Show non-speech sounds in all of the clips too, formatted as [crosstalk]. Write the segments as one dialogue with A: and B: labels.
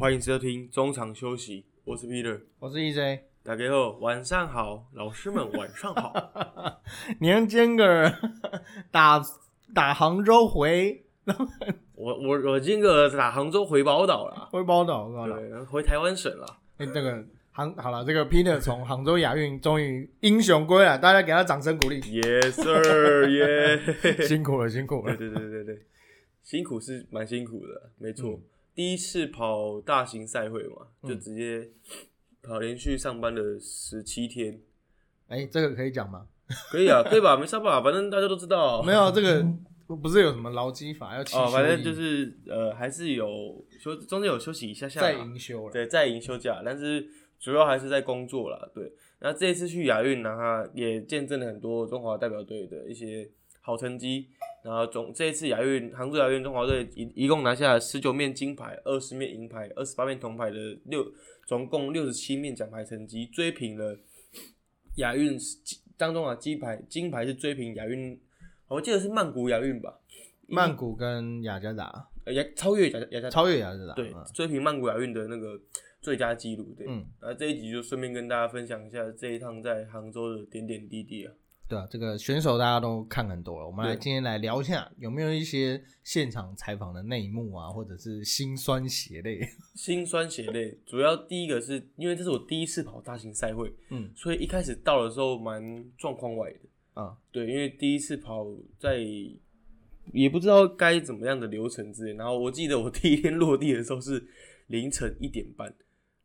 A: 欢迎收听中场休息，我是 E Peter。
B: 我是 EJ，
A: 大家好，晚上好，老师们晚上好。 [laughs]
B: 你让坚哥打打杭州回
A: 我我我今个打杭州回宝岛啦，
B: 回宝岛，我告诉你，
A: 对，回台湾省 [laughs] 啦。
B: 哎，这个杭好了，这个 Peter 从杭州亚运终于英雄归来，大家给他掌声鼓
A: [laughs]
B: 励，
A: Yes sir，耶、
B: 辛苦了，辛苦
A: [laughs] 对
B: 了。
A: 对对对对，嗯辛苦是蛮辛苦的，没错。第一次跑大型赛会嘛，就直接跑连续上班了十七天，
B: 哎，这个可以讲吗？
A: 可以啊，可以 [laughs] 吧？没啥吧，反正大家都知道。
B: 没有，这个不是有什么劳基法要起
A: 哦，
B: 诉
A: 反正就是呃，还是有休，中间有休息一下下啦，
B: 再营休了。
A: 对，在营休假，但是主要还是在工作啦。对，那这一次去亚运呢、哈也见证了很多中华代表队的一些好成绩。然后总这一次亚运，杭州亚运中华队一一共拿下十九面金牌、二十面银牌、二十八面铜牌的六，总共六十七面奖牌成绩，追平了亚运当中啊金牌，金牌是追平亚运，我记得是曼谷亚运吧，
B: 曼谷跟雅加达
A: 呃也超越亚亚加
B: 超越雅加达，
A: 对
B: 嗯，
A: 追平曼谷亚运的那个最佳纪录，对，
B: 嗯
A: 然后这一集就顺便跟大家分享一下这一趟在杭州的点点滴滴啊。
B: 对啊，这个选手大家都看很多了，我们来
A: 对
B: 今天来聊一下有没有一些现场采访的内幕啊，或者是心酸血泪。
A: 心酸血泪，主要第一个是因为这是我第一次跑大型赛会，
B: 嗯
A: 所以一开始到的时候蛮状况外的，
B: 啊，
A: 对，因为第一次跑在也不知道该怎么样的流程之类，然后我记得我第一天落地的时候是凌晨一点半，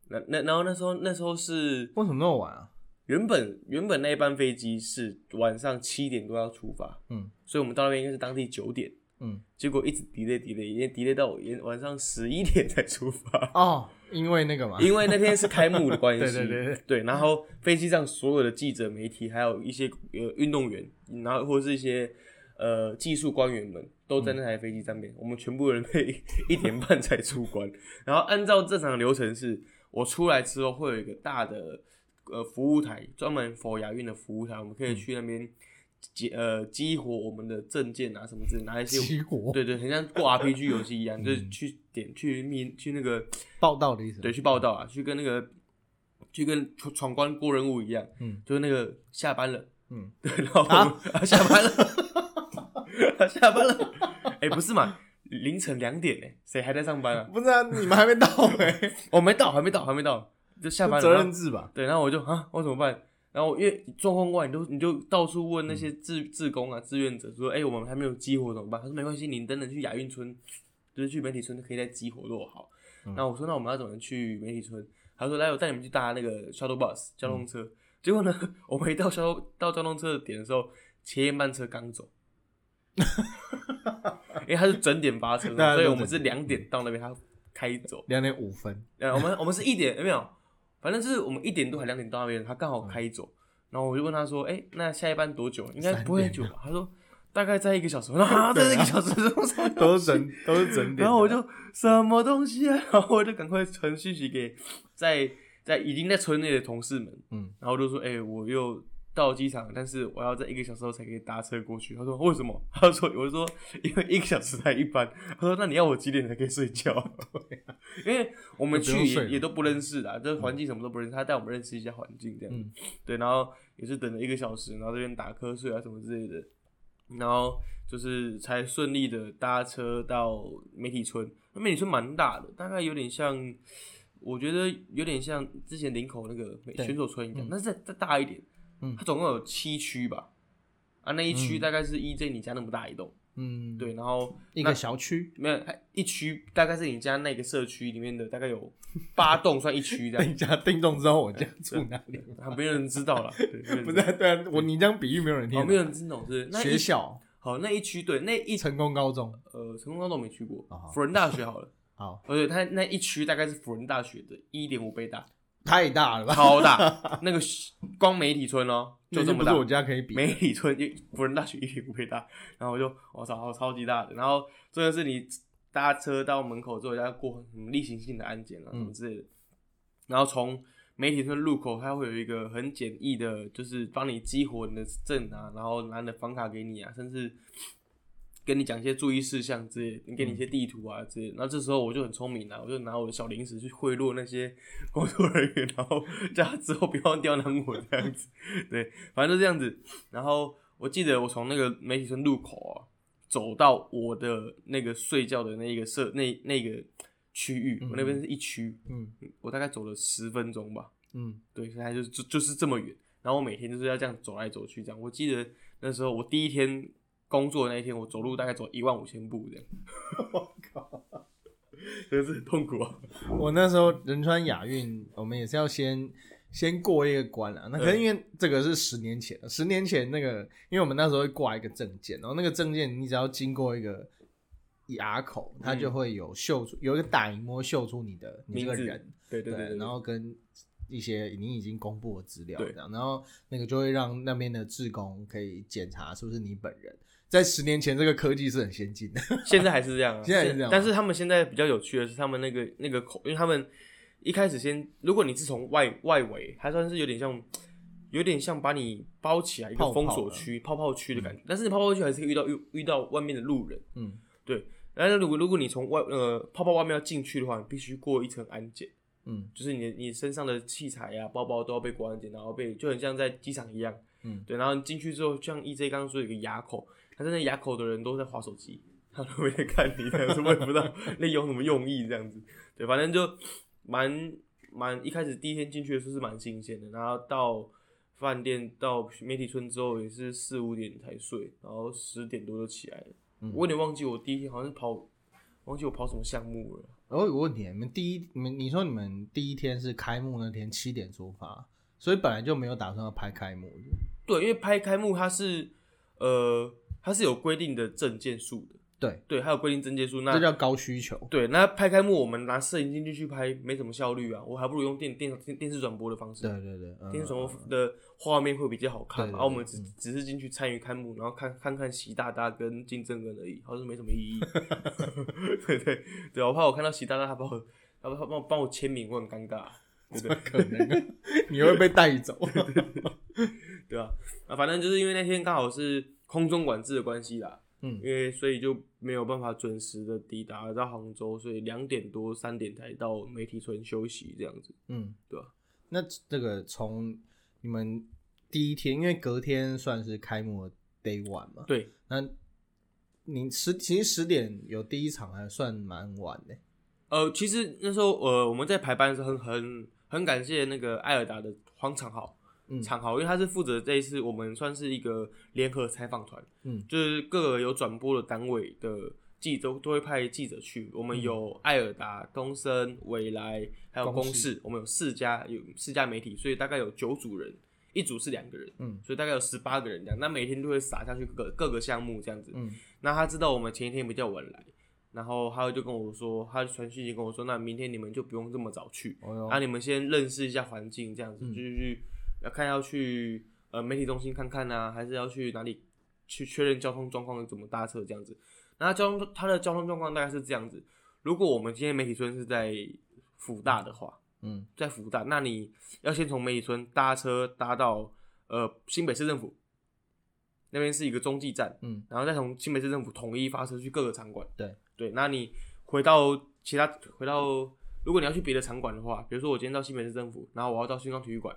A: 那那然后那时候那时候是
B: 为什么那么晚啊？
A: 原本原本那一班飞机是晚上七点多要出发，
B: 嗯
A: 所以我们到那边应该是当地九点，
B: 嗯，，
A: 结果一直 delay delay，也 delay 到我晚晚上十一点才出发
B: 哦，因为那个嘛，
A: 因为那天是开幕的关系。
B: [laughs] 对对对对
A: 对然后飞机上所有的记者、媒体，还有一些呃运动员，然后或是一些呃技术官员们，都在那台飞机上
B: 嗯
A: 面。我们全部人被一点半才出关。 [laughs] 然后按照正常流程是，我出来之后会有一个大的呃服务台，专门 for 亚运的服务台，我们可以去那边。激呃激活我们的证件啊什么之类，拿一些
B: 齐国
A: 对对，很像过 RPG 游戏一样，就是
B: 嗯
A: 去点去面去那个
B: 报道的意思。
A: 对去报道啊，去跟那个去跟闯闯关过任务一样，
B: 嗯，
A: 就是那个下班了，
B: 嗯，
A: [laughs] 对，然后我们啊下班了，下班了，哎、不是嘛，凌晨两点哎、谁还在上班啊？
B: 不是啊，你们还没到哎、 [laughs]
A: 我、没到，还没到，还没到，就下班了，
B: 责
A: 然后
B: 任制吧？
A: 对，然后我就啊，我怎么办？然后我因为状况外，你都你就到处问那些志志工啊、志愿者说，哎、我们还没有激活怎么办？他说没关系，你等等去亚运村，就是去媒体村可以再激活多好。
B: 嗯
A: 然后我说那我们要怎么去媒体村？他说来，我带你们去搭那个 shuttle bus 交通车。结果呢， [laughs] 我们一到交到交通车的点的时候，前一班车刚走。因为他是整点发车，
B: 对啊
A: 所以
B: 对
A: 我们
B: 对
A: 是两点到那边，他开走。
B: 两点五分，
A: 呃，我们我们是一点有没有？反正就是我们一点多还两点到那边，他刚好开走，然后我就问他说：“哎、那下一班多久？应该不会很久吧？”他说：“大概在一个小时。”我说：“啊，在一个小时钟上。
B: 都是 [laughs] 整都是整点。
A: 然后我就什么东西啊？然后我就赶快传讯息给在在已经在村内的同事们，
B: 嗯，
A: 然后我就说：“哎、我又到机场，但是我要在一个小时后才可以搭车过去。”他说：“为什么？”他说：“我就说因为一个小时才一班。”他说：“那你要我几点才可以睡觉？” [laughs] 啊因为我们
B: 就不
A: 去
B: 用睡
A: 也
B: 了
A: 也都不认识啦，这环境什么都不认识，他带我们认识一下环境这样。
B: 嗯
A: 对，然后也是等了一个小时，然后这边打瞌睡啊什么之类的，然后就是才顺利的搭车到媒体村。那媒体村蛮大的，大概有点像，我觉得有点像之前林口那个美
B: 对
A: 选手村一样
B: 嗯，
A: 但是再再大一点。
B: 嗯
A: 它总共有七区吧，啊，那一区
B: 嗯
A: 大概是 EJ 你家那么大一栋，
B: 嗯，
A: 对，然后
B: 一个小区，
A: 没有它一区大概是你家那个社区里面的大概有八栋算一区这
B: [laughs] 等
A: 样，
B: [laughs] 一下听众知道我家住哪里吗？
A: 啊，没有人知道了，对，没有人
B: [laughs] 不
A: 知
B: 是
A: 道
B: 啊，对啊，我你这样比喻没有人听
A: 哦，
B: 得
A: 没
B: 懂。
A: 有人知道是那一
B: 学校
A: 好，那一区对那一
B: 成功高中，
A: 呃，成功高中没去过
B: 哦好，
A: 辅仁大学好了，
B: 好，
A: 而且它那一区大概是辅仁大学的一点五倍大，
B: 太大了吧？
A: 超大，那个光媒体村哦，就这么
B: 那
A: 大
B: 不是，我家可以比。
A: 媒体村就辅仁大学一点五倍大，然后我就我操，超超级大的，然后真的是你搭车到门口之后要过什么例行性的安检啊什么之类的，然后从媒体村入口，它会有一个很简易的，就是帮你激活你的证啊，然后拿你的房卡给你啊，甚至跟你讲一些注意事项之类，给你一些地图啊之类的。然后这时候我就很聪明啊，我就拿我的小零食去贿赂那些工作人员，然后叫他之后不要刁难我这样子。对，反正就这样子。然后我记得我从那个媒体村路口啊，走到我的那个睡觉的那一个社那那个区域，我那边是一区，
B: 嗯
A: 我大概走了十分钟吧。
B: 嗯，
A: 对，现在就就就是这么远。然后我每天就是要这样走来走去，这样。我记得那时候我第一天工作的那一天，我走路大概走一万五千步这样。
B: [laughs] 我靠！
A: [laughs] 真的是很痛苦啊！
B: 我那时候仁川亚运，我们也是要先先过一个关啊。那可能因为这个是十年前，十年前那个，因为我们那时候会挂一个证件，然后那个证件你只要经过一个垭口，它就会有秀出、有一个打印摸秀出你的你这个
A: 名字
B: 人，
A: 对对对，
B: 然后跟一些你已经公布的资料
A: 对
B: 这样，然后那个就会让那边的志工可以检查是不是你本人。在十年前，这个科技是很先进的，
A: 现在还是这样啊，
B: [laughs] 现在还是这样啊
A: 但是他们现在比较有趣的是，他们那个那个口，因为他们一开始先，如果你是从外外围，还算是有点像，有点像把你包起来一
B: 泡嗯
A: 个
B: 泡
A: 封锁区、泡泡区的感觉。但是你泡泡区还是可以遇到遇遇到外面的路人。
B: 嗯
A: 但是如果如果你从外呃泡泡外面要进去的话，你必须过一层安检，
B: 嗯
A: 就是你的你身上的器材呀、包包都要被过安检，然后被就很像在机场一样。
B: 嗯，
A: 对，然后你进去之后，像 EJ 刚刚说有个垭口，他在那垭口的人都在划手机， [laughs] 他都没在看你，但是我也不知道 [laughs] 那有什么用意这样子。对，反正就蛮蛮一开始第一天进去的时候是蛮新鲜的，然后到饭店到媒体村之后也是四五点才睡，然后十点多就起来了。
B: 嗯
A: 我有点忘记我第一天好像是跑，忘记我跑什么项目了。
B: 然后有个问题，你们第一，你们你说你们第一天是开幕那天七点出发，所以本来就没有打算要拍开幕的。
A: 对，因为拍开幕它是呃它是有规定的证件数的，
B: 对，
A: 对，还有规定证件数，那
B: 这叫高需求。
A: 对，那拍开幕我们拿摄影镜进去拍没什么效率啊，我还不如用电电电电视转播的方式。
B: 对，对对，嗯
A: 电视转播的画面会比较好看
B: 对对
A: 嘛。然
B: 对
A: 后我们只只是进去参与开幕，然后看看看习大大跟金正恩而已，好像没什么意
B: [laughs]
A: 义。对对对，我怕我看到习大大他帮我他帮我帮我签名，我很尴尬。对不对？
B: 可能 [laughs] 你会被
A: [laughs]
B: 带走。
A: 对啊，啊，反正就是因为那天刚好是空中管制的关系啦，
B: 嗯
A: 因为所以就没有办法准时的抵达到杭州，所以两点多三点才到媒体村休息这样子。
B: 嗯，
A: [laughs] 对啊
B: 那这个从你们第一天，因为隔天算是开幕的 day one 嘛，
A: 对，
B: 那你十其实十点有第一场还算蛮晚的。
A: 呃，其实那时候呃我们在排班的时候很很很感谢那个艾尔达的黄长豪，
B: 嗯
A: 长豪，因为他是负责这一次我们算是一个联合采访团，
B: 嗯
A: 就是各个有转播的单位的记者都会派记者去，我
B: 嗯
A: 们有艾尔达、东森、未来还有
B: 公
A: 公
B: 视
A: 视，我们有四家有四家媒体，所以大概有九组人，一组是两个人，
B: 嗯
A: 所以大概有十八个人这样，那每天都会撒下去各个各个项目这样子，
B: 嗯
A: 那他知道我们前一天比较晚来，然后他就跟我说，他就传讯息跟我说，那明天你们就不用这么早去，
B: 哦哟
A: 啊，你们先认识一下环境，这样子，
B: 嗯
A: 就是去要看要去呃媒体中心看看啊，还是要去哪里去确认交通状况怎么搭车这样子。那交通它的交通状况大概是这样子，如果我们今天媒体村是在福大的话，
B: 嗯
A: 在福大，那你要先从梅里村搭车搭到呃新北市政府那边是一个中继站，
B: 嗯，
A: 然后再从新北市政府统一发车去各个场馆。
B: 对
A: 对，那你回到其他回到，如果你要去别的场馆的话，比如说我今天到新北市政府，然后我要到新庄体育馆，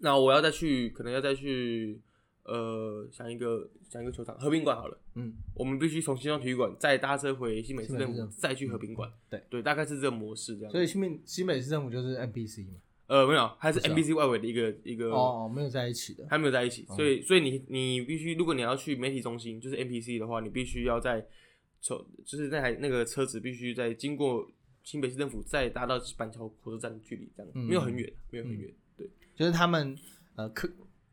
A: 那我要再去可能要再去呃想一个想一个球场和平馆好了。
B: 嗯，
A: 我们必须从新庄体育馆再搭车回新北市
B: 新北
A: 政
B: 市
A: 府
B: 政，府嗯
A: 再去和平馆。
B: 对
A: 对，大概是这个模式这样子。
B: 所以新北新北市政府就是 NPC 嘛，
A: 呃，没有，它是
B: 不是啊
A: NBC 外围的一个一个，
B: 哦哦，哦没有在一起的。
A: 还没有在一起，所以所以你你必须，如果你要去媒体中心，就是 NBC 的话，你必须要在从就是那台那个车子必须在经过新北市政府，再搭到板桥火车站的距离，这样、
B: 嗯
A: 没有很远，啊没有很远，对
B: 就是他们呃，可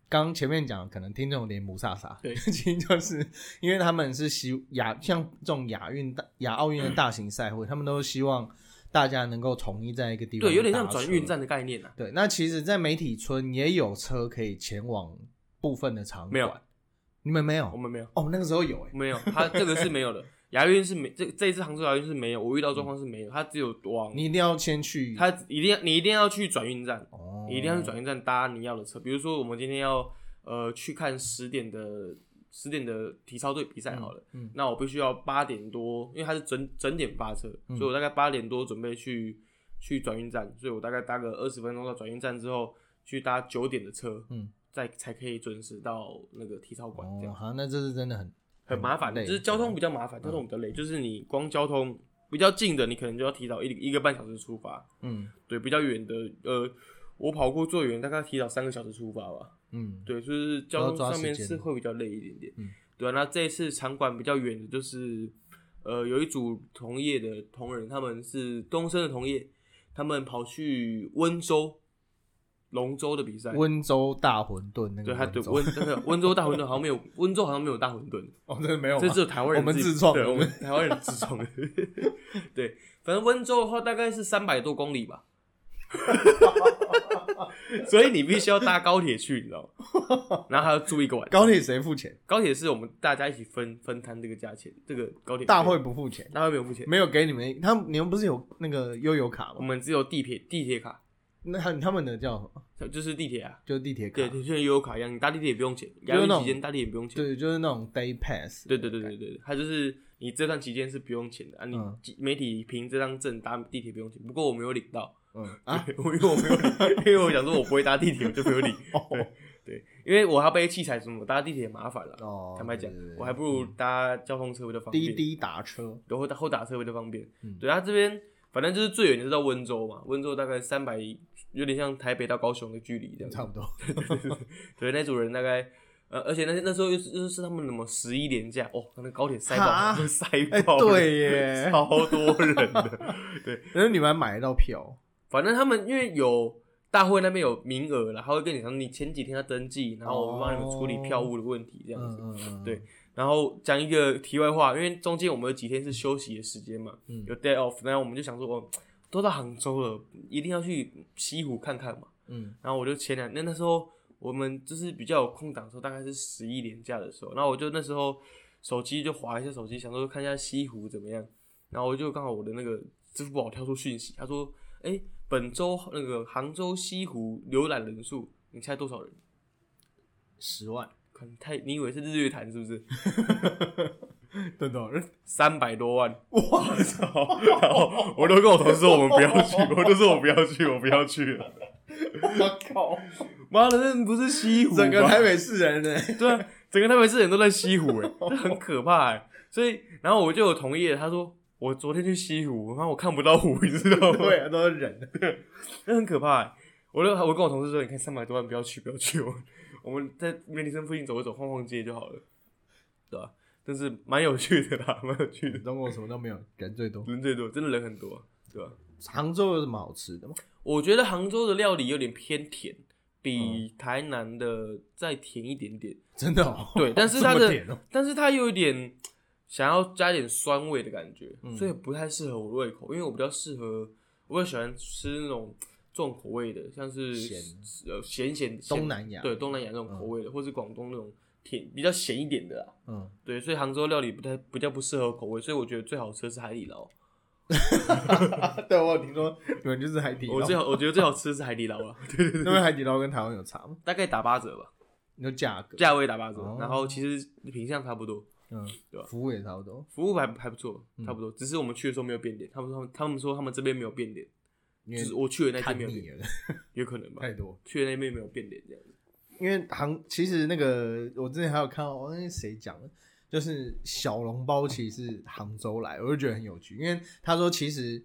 B: 刚前面讲，可能听众有点不飒飒，
A: 对
B: [laughs] 其实就是因为他们是希亚像这种亚运大亚奥运的大型赛会，他们都希望大家能够统一在一个地方，
A: 对，有点像转运。站的概念啊，
B: 对，那其实，在媒体村也有车可以前往部分的场馆，
A: 没有，
B: 你们没
A: 我
B: 有？
A: 们没有
B: 哦，那个时候有哎、
A: 没有，它这个是没
B: [laughs]
A: 有的，亚运是没这这一次杭州亚运是没有，我遇到状况是没有，它只有往
B: 你一定要先去，
A: 它一定要你一定要去转运站，
B: 哦，
A: 你一定要去转运站搭你要的车。比如说，我们今天要呃去看十点的十点的体操队比赛好了，
B: 嗯嗯
A: 那我必须要八点多，因为它是整整点发车，
B: 嗯
A: 所以我大概八点多准备去去转运站，所以我大概搭个二十分钟到转运站之后，去搭九点的车，
B: 嗯，
A: 再才可以准时到那个体操馆，这
B: 哦，
A: 样、
B: 好，那这是真的很
A: 很麻烦，
B: 嗯累啊嗯
A: 就是交通比较麻烦，交通比较累，就是你光交通比较近的，你可能就要提早一一个半小时出发，
B: 嗯
A: 对，比较远的，呃，我跑过最远大概提早三个小时出发吧。
B: 嗯
A: 对，就是交
B: 都要抓
A: 通上面
B: 时间
A: 是会比较累一点点。
B: 嗯
A: 对啊，那这一次场馆比较远的就是，呃，有一组同业的同仁，他们是东升的同业，他们跑去温州龙舟的比赛。
B: 温州大馄饨那个
A: 对，他对
B: 州
A: 温那个温州大馄饨好像没有，温州好像没有大馄饨，
B: 哦，真的没有吗，
A: 这只有台湾人
B: 我们
A: 己
B: 自创
A: 对，
B: 的
A: 我们台湾人自创的。 [laughs] 对，反正温州的话大概是三百多公里吧， [laughs] 所以你必须要搭高铁去，你知道吗？然后还要住一个晚上。
B: 高铁谁付钱？
A: 高铁是我们大家一起分分摊这个价钱，这个高铁
B: 大会嗯不付钱，
A: 大会没有付钱，
B: 没有给你们，他们你们不是有那个悠游卡
A: 我
B: 吗？
A: 们只有地铁地铁卡，
B: 那他他们的叫什么？
A: 就是地铁啊，
B: 就是地铁卡，
A: 对，就像悠游卡一样，你搭地铁也不用钱，
B: 那
A: 亚运
B: 种
A: 期间搭地铁也不用钱，
B: 对，就是那种 day pass，
A: 对对对对对，它就是你这段期间是不用钱的啊，你
B: 嗯
A: 媒体凭这张证搭地铁不用钱，不过我没有领到，
B: 嗯啊，
A: 对我因为我没有领，因为我想说我不会搭地铁，我就没有领，
B: 哦
A: 对对，因为我还要背器材什么，搭地铁麻烦了，
B: 哦，
A: 坦白讲
B: 对对对，嗯
A: 我还不如搭交通车比较方便，
B: 滴滴打车，
A: 然后打后打车比较方便。
B: 嗯
A: 对，他这边反正就是最远就是到温州嘛，温州大概三百，有点像台北到高雄的距离这样
B: 差
A: 子。 [laughs]
B: 不多，
A: 对，那组人大概。呃，而且那那时候又是又是他们什么十一连假哦，那高铁塞
B: 哈
A: 爆，真的塞
B: 哎
A: 爆，
B: 对耶
A: 超多人的。
B: 然后你们还买得到票，
A: 反正他们因为有大会那边有名额了，他会跟你说你前几天要登记，然后我们帮你们处理票务的问题这样子。
B: 哦嗯嗯嗯，
A: 对然后讲一个题外话，因为中间我们有几天是休息的时间嘛，
B: 嗯
A: 有 day off，然后我们就想说，哦，都到杭州了，一定要去西湖看看嘛。
B: 嗯
A: 然后我就前两那那时候我们就是比较有空档的时候，大概是十一连假的时候，然后我就那时候手机就划一下手机，想说看一下西湖怎么样，然后我就刚好我的那个支付宝跳出讯息，他说，哎，本周那个杭州西湖浏览人数，你猜多少人？
B: 十万，
A: 可能太你以为是日月潭是不是？[laughs]
B: 等等，
A: 三百多万，我操！然后我都跟我同事说我们不要去，我就说我不要去，我不要去了。
B: 我靠，
A: 妈的，那不是西湖吧，
B: [laughs] 整个台北市人呢，
A: 对啊，整个台北市人都在西湖、欸，这很可怕、欸。所以，然后我就有同业，他说我昨天去西湖，然后我看不到湖，你知道吗？
B: [laughs] 对，啊，都是人，
A: 那很可怕、欸。我就我跟我同事说，你看三百多万，不要去，不要去，我我们在梅林森附近走一走，晃晃街就好了，对吧、但是蛮有趣的啦，蛮有趣的，
B: 中国什么都没有，人最多。
A: 人最多，真的人很多啊、对吧、
B: 杭州有什么好吃的吗？
A: 我觉得杭州的料理有点偏甜，
B: 嗯
A: 比台南的再甜一点点。
B: 真的哦，
A: 对，但是
B: 这
A: 它
B: 么
A: 的，
B: 甜哦
A: 但是它有一点想要加一点酸味的感觉，
B: 嗯
A: 所以不太适合我胃口，因为我比较适合，我比较喜欢吃那种重口味的，像是
B: 咸
A: 呃咸咸
B: 东南亚
A: 对东南亚那种口味的，或是广东那种甜比较咸一点的啦。
B: 嗯，
A: 对，所以杭州料理不太比较不适合我口味，所以我觉得最好吃的是海底捞。
B: 啊对，我有听说你们就是海底捞，
A: 我最好我觉得最好吃的是海底捞啊， [laughs] 对对对，
B: 因为海底捞跟台湾有差吗？
A: 大概打八折吧。
B: 你说价格，
A: 价位打八折，
B: 哦
A: 然后其实品相差不多，
B: 嗯
A: 对吧，
B: 服务也差不多，
A: 服务还还不错，
B: 嗯
A: 差不多。只是我们去的时候没有变脸，他们说他们说他们这边没有变脸，
B: 因
A: 就是
B: 为
A: 我去的那
B: 看
A: 天没有变
B: 腻
A: 脸，
B: 了
A: 有可能吧？
B: [laughs] 太多。
A: 去的那边没有变脸这样子。
B: 因为杭其实那个我之前还有看到，哦那谁讲的，就是小笼包其实是杭州来，我就觉得很有趣，因为他说其实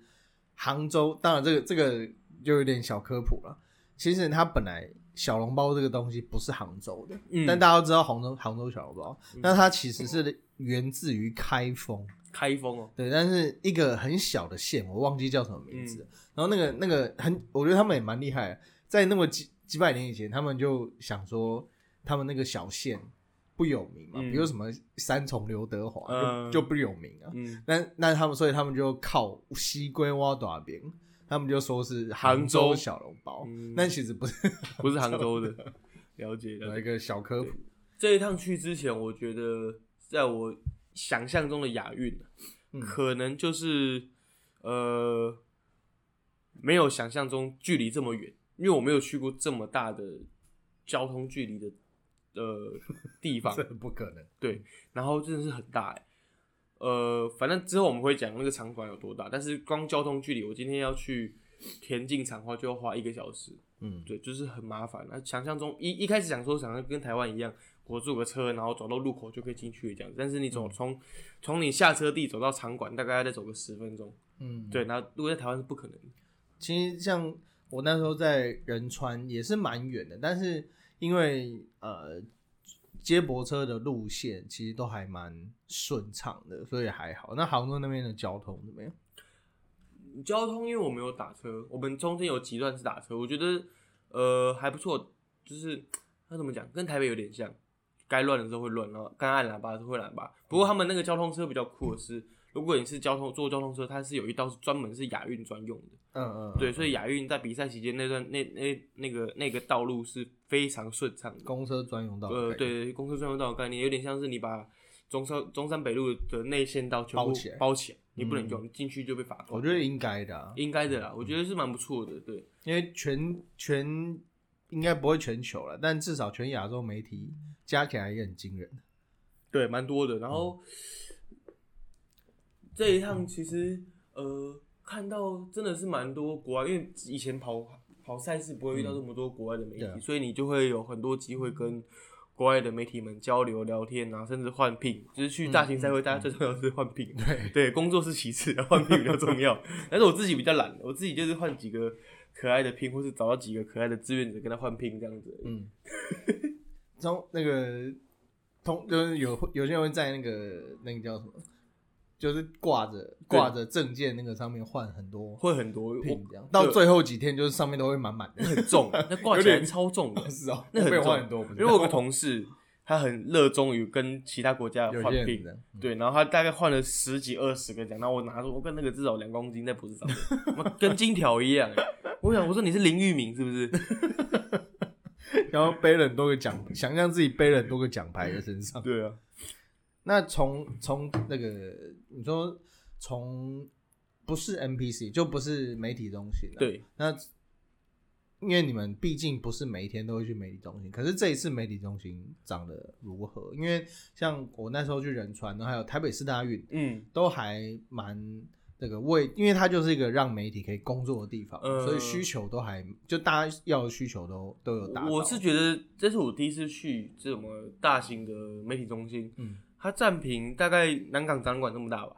B: 杭州，当然这个这个就有点小科普了，其实它本来小笼包这个东西不是杭州的，
A: 嗯
B: 但大家都知道杭州杭州小笼包，那它其实是源自于开封。
A: 开封哦，
B: 对，但是一个很小的县，我忘记叫什么名字了。然后那个那个很，我觉得他们也蛮厉害的，在那么几几百年以前，他们就想说他们那个小县不有名嘛，
A: 嗯
B: 比如什么三重刘德华、
A: 嗯
B: 就就不有名啊。 [laughs]
A: 嗯，
B: 那那他们，所以他们就靠西归挖短边，他们就说是杭
A: 杭
B: 州
A: 州
B: 小笼包
A: 嗯，
B: 那、其实不是
A: 不是杭州的，了解了解
B: 有一。个小科普。
A: 这一趟去之前，我觉得在我想象中的亚运啊、
B: 嗯
A: 可能就是呃没有想象中距离这么远，因为我没有去过这么大的交通距离的呃地方
B: 这，不可能。
A: 然后真的是很大哎、呃，反正之后我们会讲那个场馆有多大，但是光交通距离，我今天要去田径场的话就要花一个小时，
B: 嗯，
A: 对，就是很麻烦。那想象中一一开始想说，想要跟台湾一样，我坐个车，然后走到路口就可以进去这样子。但是你走从从、你下车地走到场馆，大概要再走个十分钟。
B: 嗯，
A: 对，那如果在台湾是不可能的。
B: 其实像我那时候在仁川也是蛮远的，但是因为呃接驳车的路线其实都还蛮顺畅的，所以还好。那杭州那边的交通怎么样？
A: 交通，因为我没有打车，我们中间有几段是打车，我觉得呃还不错，就是那怎么讲，跟台北有点像，该乱的时候会乱，然后该按喇叭的时候会按喇叭。不过他们那个交通车比较酷的是，如果你是交通坐交通车，它是有一道是专门是亚运专用的，
B: 嗯嗯，
A: 对，所以亚运在比赛期间那段那那那个那个道路是非常顺畅的，
B: 公车专用道的
A: 呃
B: 概念，
A: 对，公车专用道的概念有点像是你把中山中山北路的内线道全部
B: 包起来嗯
A: 包起来，你不能用，进去就被罚款。
B: 我觉得应该的、啊，
A: 应该的啦，我觉得是蛮不错的。对，
B: 因为全全应该不会全球了，但至少全亚洲媒体加起来也很惊人。
A: 对，蛮多的。然后、嗯这一趟其实呃，看到真的是蛮多国外，因为以前跑跑赛事不会遇到这么多国外的媒体，
B: 对啊
A: 所以你就会有很多机会跟国外的媒体们交流、聊天啊，甚至换聘。就是去大型赛会，大家最重要的是换聘。
B: 对，
A: 嗯 [laughs] 对，工作是其次，啊换聘比较重 [laughs] 要。但是我自己比较懒，我自己就是换几个可爱的聘，或是找到几个可爱的志愿者跟他换聘这样子而已。
B: 嗯，中那个通就是有有些人会在那个那个叫什么，就是挂着挂着证件那个上面换很多
A: 会很多，我
B: 品，这样到最后几天就是上面都会满满的。
A: 很
B: [laughs]
A: 重，那挂起来超重的。
B: 是哦，
A: 那很
B: 被
A: 重
B: 换很多，
A: 因为我有个同事，他很热衷于跟其他国家
B: [laughs] 有
A: 换
B: 些人
A: 病
B: 这，样
A: 对，然后他大概换了十几二十个奖，然后我拿着，我跟那个至少两公斤，那不是少，妈跟金条一样。 [laughs] 我想，我说你是林玉明是不
B: [laughs]
A: 是？
B: 然后背了很多个奖，想象自己背了很多个奖牌在身上。 [laughs]
A: 对啊，
B: 那从从那个你说从不是 NPC 就不是媒体中心、了。
A: 对，
B: 那因为你们毕竟不是每一天都会去媒体中心，可是这一次媒体中心长得如何？因为像我那时候去仁川，然后还有台北四大运，
A: 嗯，
B: 都还蛮那个为，因为它就是一个让媒体可以工作的地方，
A: 呃
B: 所以需求都还就大家要的需求都都有达到。
A: 我是觉得这是我第一次去这么大型的媒体中心，
B: 嗯，
A: 它占平大概南港展览馆这么大吧，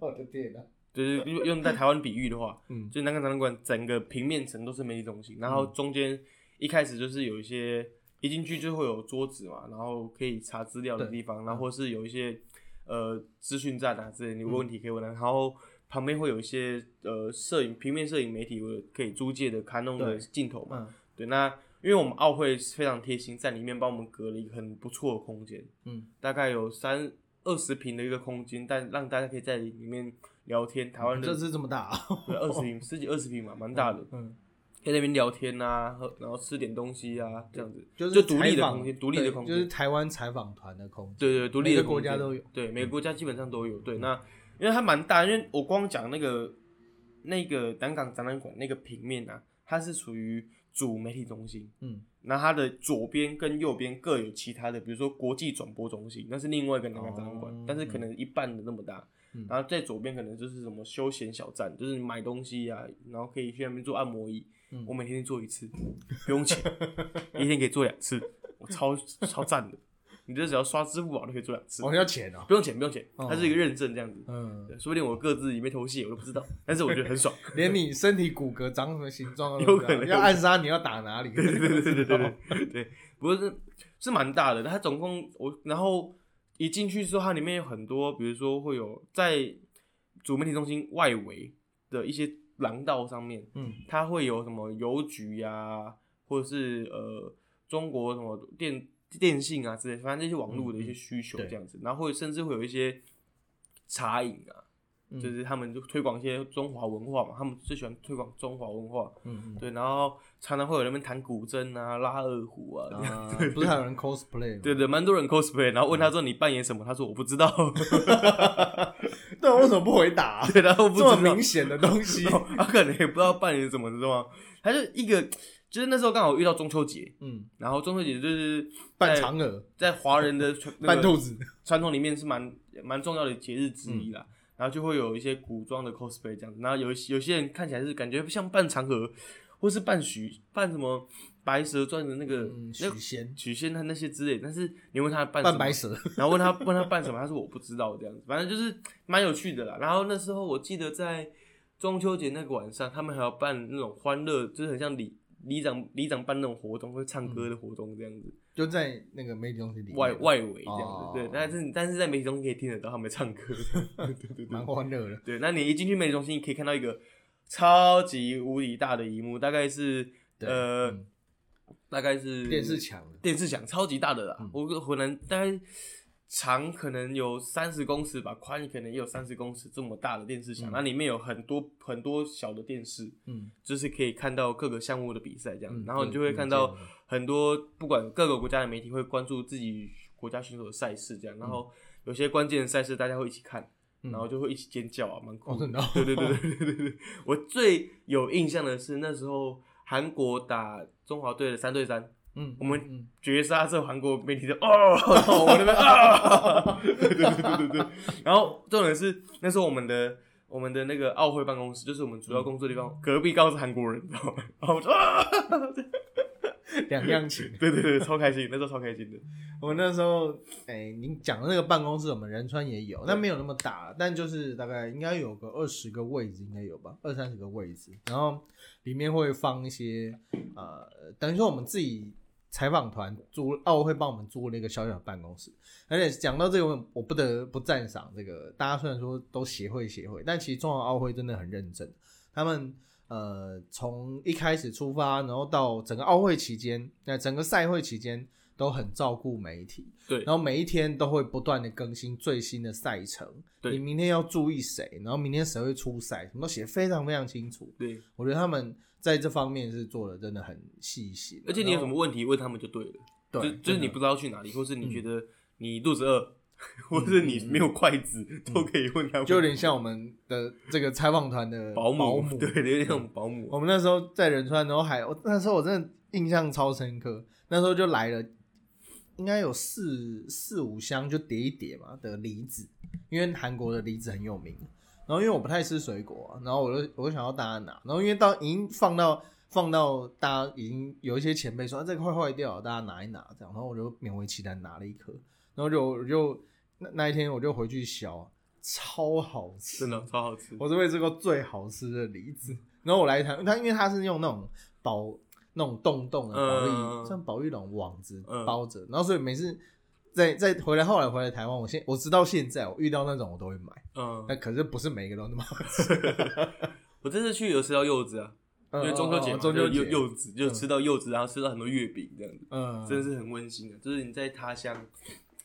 B: 我的天哪、
A: 就是用用在台湾比喻的话，
B: 嗯
A: 就南港展览馆整个平面层都是媒体中心，然后中间一开始就是有一些一进去就会有桌子嘛，然后可以查资料的地方，
B: 嗯
A: 然后或是有一些呃资讯站啊之类，你有问题可以问他，然后旁边会有一些呃摄影平面摄影媒体我可以租借的卡弄的
B: 对
A: 镜头嘛，
B: 嗯
A: 对，那因为我们奥会非常贴心，在里面帮我们隔了一个很不错的空间，
B: 嗯，
A: 大概有三二十平的一个空间，但让大家可以在里面聊天，台湾
B: 这
A: 的
B: 次这么大、啊， [laughs]
A: 二十平十几二十平嘛，蛮大的，
B: 嗯。
A: 在那边聊天啊，喝然后吃点东西啊，这样子，
B: 就是
A: 就独立
B: 采
A: 的
B: 访
A: 空间，独立的
B: 对
A: 空
B: 就是
A: 间，
B: 台湾采访团的空间，
A: 对对，独立的
B: 每个
A: 空
B: 国
A: 间
B: 家都有，嗯
A: 对，每个国家基本上都有。对，那因为它蛮大，因为我光讲那个那个南港展览馆那个平面啊，它是属于主媒体中心，
B: 嗯，
A: 那它的左边跟右边各有其他的，比如说国际转播中心，那是另外一个南港展览馆，
B: 哦
A: 但是可能一半的那么大。
B: 嗯
A: 然后在左边可能就是什么休闲小站，就是你买东西啊，然后可以去那边做按摩椅。
B: 嗯
A: 我每天做一次，不用钱，一天可以做两次，我超超赞的。你这只要刷支付宝就可以做两次，
B: 哦要钱哦，
A: 不用钱，不用钱，
B: 哦
A: 它是一个认证这样子。
B: 嗯，
A: 对说不定我各自里面头屑我都不知道，但是我觉得很
B: [laughs]
A: 爽。
B: 连你身体骨骼长什么形状
A: 有
B: 都不知
A: 可
B: 道，
A: 能
B: 要暗杀你要打哪里，
A: 对对对对对对对对，不过是是蛮大的，它总共我然后一进去之后，它里面有很多，比如说会有在主媒体中心外围的一些廊道上面，
B: 嗯，
A: 它会有什么邮局呀、或者是呃中国什么电电信啊之类，反正这些网络的一些需求
B: 嗯对
A: 这样子，然后会甚至会有一些茶饮啊。
B: 嗯
A: 就是他们就推广一些中华文化嘛，他们最喜欢推广中华文化，
B: 嗯，
A: 对，然后常常会有人们弹古筝啊、拉二胡啊，
B: 嗯啊，
A: [laughs]
B: 不是还有人 cosplay 吗？
A: 对对，蛮多人 cosplay，然后
B: 嗯
A: 问他说你扮演什么，他说我不知道， [laughs]
B: 对，为什么不回答啊？
A: 对， [laughs] 然后我不
B: 这
A: 知道 [laughs]
B: 么，明显的东西，
A: 他可能也不知道扮演什么，知道吗？他就一个。就是那时候刚好遇到中秋节，
B: 嗯，
A: 然后中秋节就是
B: 扮
A: 在
B: 嫦娥，
A: 在华人的传哎那
B: 扮
A: 个
B: 兔子，
A: 传统里面是蛮蛮重要的节日之一
B: 嗯
A: 啦。然后就会有一些古装的 cosplay 这样子，然后有一些有些人看起来是感觉像扮嫦娥，或是扮许扮什么白蛇传的那个、
B: 嗯，
A: 那
B: 许仙
A: 许仙他那些之类，但是你问他扮什
B: 扮
A: 么
B: 白蛇，
A: 然后问他问他办什么，他说我不知道这样子，反正就是蛮有趣的啦。然后那时候我记得在中秋节那个晚上，他们还要办那种欢乐，就是很像里里长里长办那种活动，会唱歌的活动这样子，
B: 就在那个媒体中心里面
A: 外外围这样子。
B: 哦
A: 对，但是但是在媒体中心可以听得到他们唱
B: [laughs]
A: 歌，对对对
B: 蛮
A: 对。
B: 欢乐的。
A: 对，那你一进去媒体中心，你可以看到一个超级无敌大的荧幕，大概是
B: 对
A: 呃、
B: 嗯
A: 大概是
B: 电视墙了，
A: 电视墙超级大的啦，我跟河南大概长可能有三十公尺吧，宽可能也有三十公尺这么大的电视墙，那、里面有很多很多小的电视，
B: 嗯，
A: 就是可以看到各个项目的比赛这样，
B: 嗯
A: 然后你就会看
B: 嗯
A: 到
B: 嗯这样
A: 很多不管各个国家的媒体会关注自己国家选手的赛事这样，然后有些关键的赛事大家会一起看，
B: 嗯
A: 然后就会一起尖叫啊，蛮酷
B: 哦，
A: 的
B: 真的哦，
A: 对对对对对对对，我最有印象的是那时候韩国打中华队的三对三。
B: 嗯，
A: 我们
B: 嗯
A: 绝杀这韩国媒体的哦，我那边啊，对对对对对对。然后重点是那时候我们的我们的那个奥会办公室，就是我们
B: 嗯
A: 主要工作地方，隔壁刚好是韩国人，你知道吗？然后我就啊，
B: 嗯两样情。
A: 对对对，超开心，那时候超开心的。
B: 我那时候，哎、你讲的那个办公室，我们仁川也有，但没有那么大，但就是大概应该有个二十个位置，应该有吧，二三十个位置。然后里面会放一些，呃，等于说我们自己采访团租奥会帮我们租了一个小小的办公室。而且讲到这个，我不得不赞赏这个，大家虽然说都协会协会，但其实中华奥会真的很认真，他们。呃，从一开始出发，然后到整个奥会期间，那整个赛会期间，都很照顾媒体，
A: 对
B: 然后每一天都会不断的更新最新的赛程，
A: 对
B: 你明天要注意谁，然后明天谁会出赛，什么都写得非常非常清楚。
A: 对，
B: 我觉得他们在这方面是做的真的很细心，
A: 而且你有
B: 然
A: 什
B: 后
A: 么问题问他们就对了，就
B: 对，嗯
A: 就是你不知道去哪里，或是你觉得你肚子饿， [laughs] 或是你没有筷子，都可以问他们。
B: 嗯就有点像我们的这个采访团的
A: 保
B: 保
A: 姆，
B: 姆
A: [laughs]
B: 嗯
A: 对，有点像保姆。
B: 我们那时候在仁川，然后还我那时候我真的印象超深刻，那时候就来了，应该有四四五箱就叠一叠嘛的梨子，因为韩国的梨子很有名。然后因为我不太吃水果、啊，然后我就我就想要大家拿，然后因为到已经放到放到大家已经有一些前辈说、啊、这个快坏掉了，大家拿一拿这样，然后我就勉为其难拿了一颗，然后就我就那那一天我就回去削，超好吃，
A: 真的超好吃，
B: 我是未吃过最好吃的梨子。然后我来一台，它因为它是用那种保那种洞洞的保育、
A: 嗯
B: 像保育那种网子
A: 嗯
B: 包着，然后所以每次在在回来后来回来台湾，我现我直到现在我遇到那种我都会买，
A: 嗯，
B: 但可是不是每一个都那么好吃。
A: 我这次去有吃到柚子啊，因为中秋节嘛，
B: 嗯中秋
A: 就柚
B: 节
A: 柚子就吃到柚子，然后吃到很多月饼这样子，
B: 嗯，
A: 真的是很温馨的。就是你在他乡，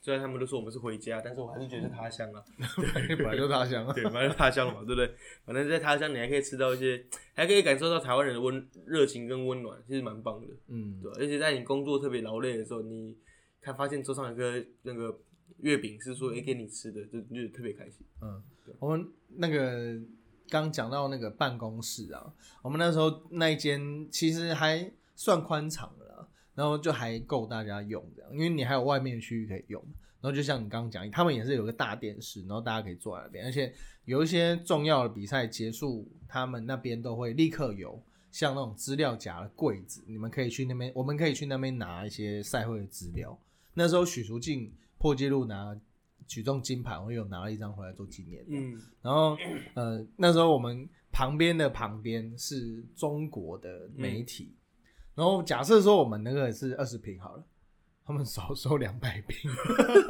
A: 虽然他们都说我们是回家，但是我还是觉得是他乡
B: 嗯
A: 啊。
B: [laughs] 本来就他乡啊。
A: 对，反正是他乡了嘛，对不对？反正在他乡你还可以吃到一些，还可以感受到台湾人的温热情跟温暖，其实蛮棒的。
B: 嗯，
A: 对啊吧，而且在你工作特别劳累的时候，你看发现桌上有个那个月饼是说哎、给你吃的，就就特别开心。
B: 嗯，我们那个刚讲到那个办公室啊，我们那时候那一间其实还算宽敞的啦，然后就还够大家用这样，因为你还有外面的区域可以用。然后就像你刚刚讲，他们也是有个大电视，然后大家可以坐在那边，而且有一些重要的比赛结束，他们那边都会立刻有像那种资料夹的柜子，你们可以去那边，我们可以去那边拿一些赛会的资料。那时候许淑净破纪录拿举重金牌，我有拿了一张回来做纪念。
A: 嗯，
B: 然后呃，那时候我们旁边的旁边是中国的媒体，然后假设说我们那个是二十平好了，他们少收两百平，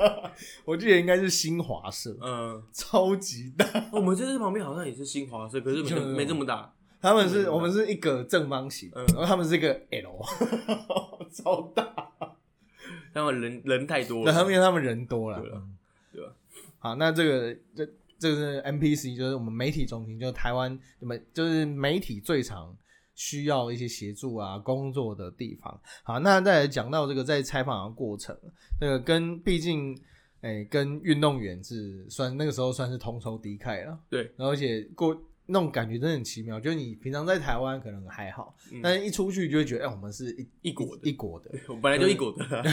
B: [laughs] 我记得应该是新华社，
A: 呃，
B: 超级大，
A: 我们这次旁边好像也是新华社，
B: 嗯
A: 可是没这么没这么大。
B: 他们是我们是一个正方形，然后他们是一个 L，超大，
A: 他们人人太多
B: 那
A: 了，
B: 他们因为他们人多了，
A: 对啊
B: 嗯
A: 对吧？
B: 好，那这个这这个是 MPC，就是我们媒体中心，就是台湾媒就是媒体最常需要一些协助啊工作的地方。好，那再来讲到这个在采访的过程，这个跟毕竟。哎、跟运动员是算那个时候算是同仇敌忾了，
A: 对。
B: 然后而且过那种感觉真的很奇妙。就是你平常在台湾可能还好，但是一出去就会觉得，哎、我们是一
A: 一国的
B: 一国的，
A: 我本来就一股的啊，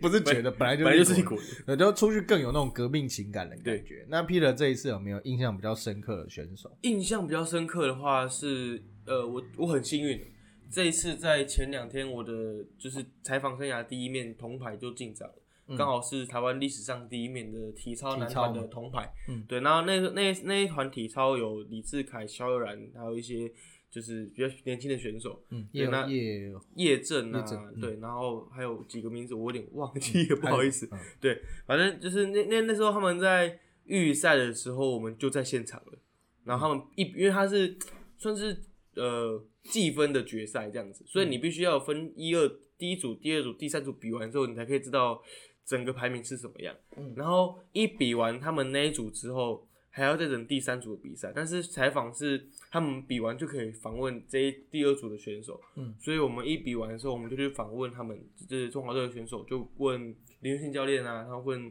B: 不是觉得本
A: [laughs]
B: 来
A: 本
B: 就
A: 来就是一
B: 国
A: 股的。
B: 对，就出去更有那种革命情感的感觉。那 Peter 这一次有没有印象比较深刻的选手？
A: 印象比较深刻的话是，呃，我我很幸运，这一次在前两天我的就是采访生涯第一面铜牌就进展了。刚好是台湾历史上第一面的体操男团的铜牌，
B: 嗯
A: 对，然后那那那一团体操有李志凯、肖悠然，还有一些就是比较年轻的选手，
B: 嗯，
A: 对
B: 叶
A: 那
B: 叶
A: 叶正啊
B: 叶正嗯
A: 对，然后还有几个名字我有点忘记了，不好意思，
B: 嗯
A: 对，反正就是那那那时候他们在预赛的时候，我们就在现场了。然后他们一，因为他是算是呃计分的决赛这样子，
B: 嗯
A: 所以你必须要分一二第一组、第二组、第三组比完之后，你才可以知道整个排名是什么样。
B: 嗯
A: 然后一比完他们那一组之后，还要再等第三组的比赛。但是采访是他们比完就可以访问这一第二组的选手，
B: 嗯，
A: 所以我们一比完的时候，我们就去访问他们，就是中华队的选手，就问林俊信教练啊，他问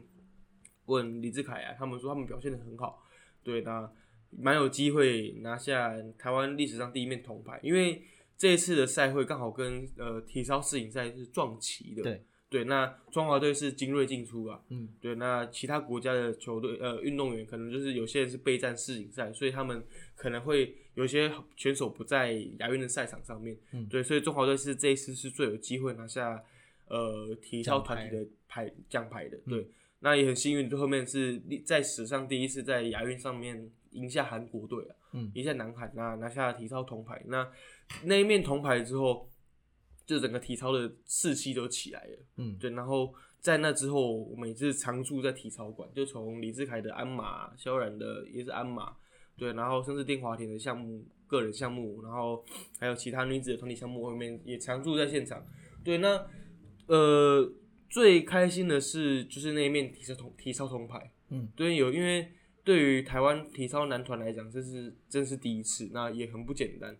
A: 问李志凯啊，他们说他们表现的很好，对，那蛮有机会拿下台湾历史上第一面铜牌，因为这一次的赛会刚好跟呃体操世锦赛是撞齐的，
B: 对
A: 对，那中华队是精锐进出啊，
B: 嗯，
A: 对，那其他国家的球队呃运动员可能就是有些人是备战世锦赛，所以他们可能会有些选手不在亚运的赛场上面，
B: 嗯
A: 对，所以中华队是这一次是最有机会拿下呃体操团体的牌奖牌的，对，
B: 嗯
A: 那也很幸运，最后面是在史上第一次在亚运上面赢下韩国队啊，
B: 嗯
A: 赢下南韩那拿下体操铜牌，那那一面铜牌之后，就整个体操的士气都起来了。
B: 嗯
A: 对，然后在那之后，我们也是常驻在体操馆，就从李志凯的鞍马、萧然的也是鞍马，对，然后甚至电滑田的项目、个人项目，然后还有其他女子的团体项目，我们也常驻在现场。对，那呃，最开心的是就是那一面体操铜体操铜牌，
B: 嗯，
A: 对，有因为对于台湾体操男团来讲，这是真是第一次，那也很不简单。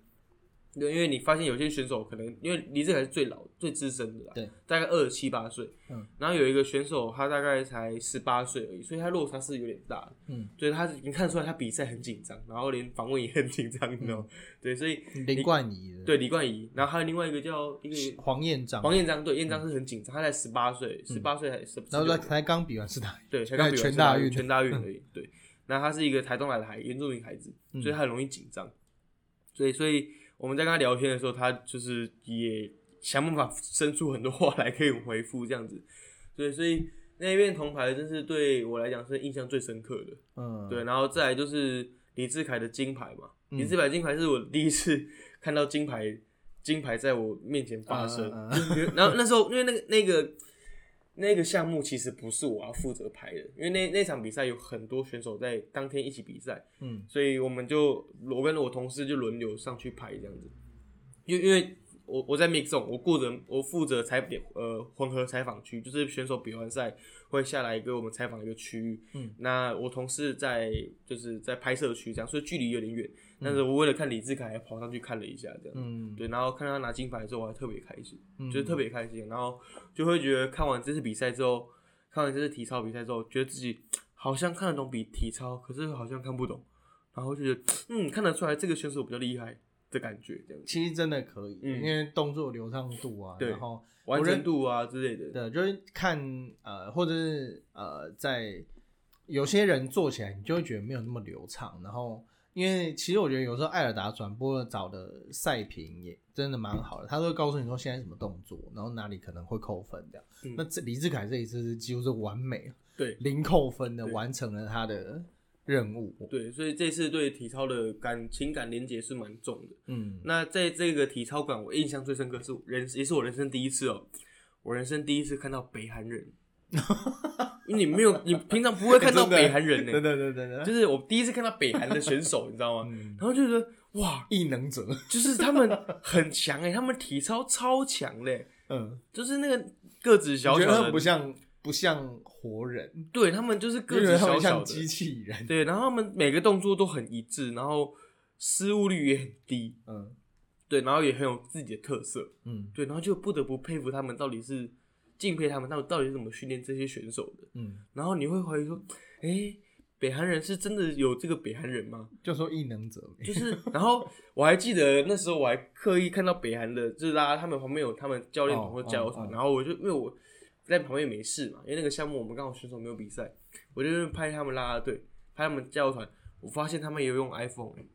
A: 对，因为你发现有些选手可能，因为李志凯是最老、最资深的啦，
B: 对，
A: 大概二十七八岁，
B: 嗯，
A: 然后有一个选手他大概才十八岁而已，所以他落差是有点大的，
B: 嗯，
A: 对他你看出来他比赛很紧张，然后连访问也很紧张，你知道
B: 嗯
A: 吗？对，所以
B: 林冠仪的
A: 对李冠仪，然后还有另外一个叫一个
B: 黄彦章，
A: 黄彦章，对，彦章是很紧张，他才十八岁，十八岁还是
B: 嗯然后他才刚比完是哪？
A: 对，才刚比完
B: 全大
A: 全
B: 运嗯
A: 全大运而已。对，那他是一个台东来的孩原住民孩子，所
B: 嗯
A: 以他很容易紧张。所以，所以我们在跟他聊天的时候，他就是也想办法生出很多话来可以回复这样子。对，所以那一面铜牌真是对我来讲是印象最深刻的。
B: 嗯，
A: 对，然后再来就是李志凯的金牌嘛，李志凯金牌是我第一次看到金牌，金牌在我面前发生。
B: 嗯
A: 就是 [laughs] 然后那时候因为那个那个那个项目其实不是我要负责拍的，因为那那场比赛有很多选手在当天一起比赛，
B: 嗯，
A: 所以我们就我跟我同事就轮流上去拍这样子，因为因为。我我在 mix zone，我顾着我负责采呃混合采访区，就是选手比完赛会下来给我们采访一个区域，那我同事在就是在拍摄区这样，所以距离有点远。但是我为了看李志凯，还跑上去看了一下这样。
B: 嗯
A: 对，然后看到他拿金牌之后，我还特别开心，就是特别开心。然后就会觉得看完这次比赛之后，看完这次体操比赛之后，觉得自己好像看得懂比体操，可是好像看不懂。然后就觉得，嗯，看得出来这个选手比较厉害的感觉，这样子，
B: 其实真的可以，
A: 嗯
B: 因为动作流畅度啊，
A: 对
B: 然后
A: 完成度啊之类的。
B: 对，就是看呃，或者是呃，在有些人做起来，你就会觉得没有那么流畅。然后，因为其实我觉得有时候艾尔达转播找的赛评也真的蛮好的，他都会告诉你说现在什么动作，然后哪里可能会扣分这样。
A: 嗯
B: 那这李志凯这一次是几乎是完美
A: 对
B: 零扣分的
A: 对
B: 完成了他的任务。
A: 对，所以这次对体操的感情感连接是蛮重的。
B: 嗯，
A: 那在这个体操馆，我印象最深刻是人，也是我人生第一次哦，我人生第一次看到北韩
B: [laughs]
A: 人。因为你没有，你平常不会看到
B: 真的
A: 北韩人呢、
B: [laughs] 对对对对对，嗯
A: 就是我第一次看到北韩的选手，你知道吗？然后就觉得哇，
B: 异能者。
A: 就是他们很强哎、他们体操超强嘞、
B: 嗯，
A: 就是那个个子小
B: 我觉得他
A: 小
B: 们不
A: 的，
B: 像不像活人，
A: 对他们就是
B: 因
A: 个
B: 为
A: 子
B: 他
A: 小
B: 们
A: 小
B: 像
A: 的
B: 机，器人。
A: 对，然后他们每个动作都很一致，然后失误率也很低，
B: 嗯
A: 对，然后也很有自己的特色，
B: 嗯。
A: 对，然后就不得不佩服他们到底是敬佩他们，到底到底是怎么训练这些选手的。
B: 嗯
A: 然后你会怀疑说，哎、北韩人是真的有这个北韩人吗？
B: 就说异能者呗，
A: 就是，然后我还记得那时候我还刻意看到北韩的，就是大家他们旁边有他们教练团
B: 哦
A: 或加油团
B: 哦，哦
A: 然后我就因为我在旁边也没事嘛，因为那个项目我们刚好选手没有比赛，我就在那边拍他们啦啦队，拍他们加油团，我发现他们也有用 iPhone，、欸、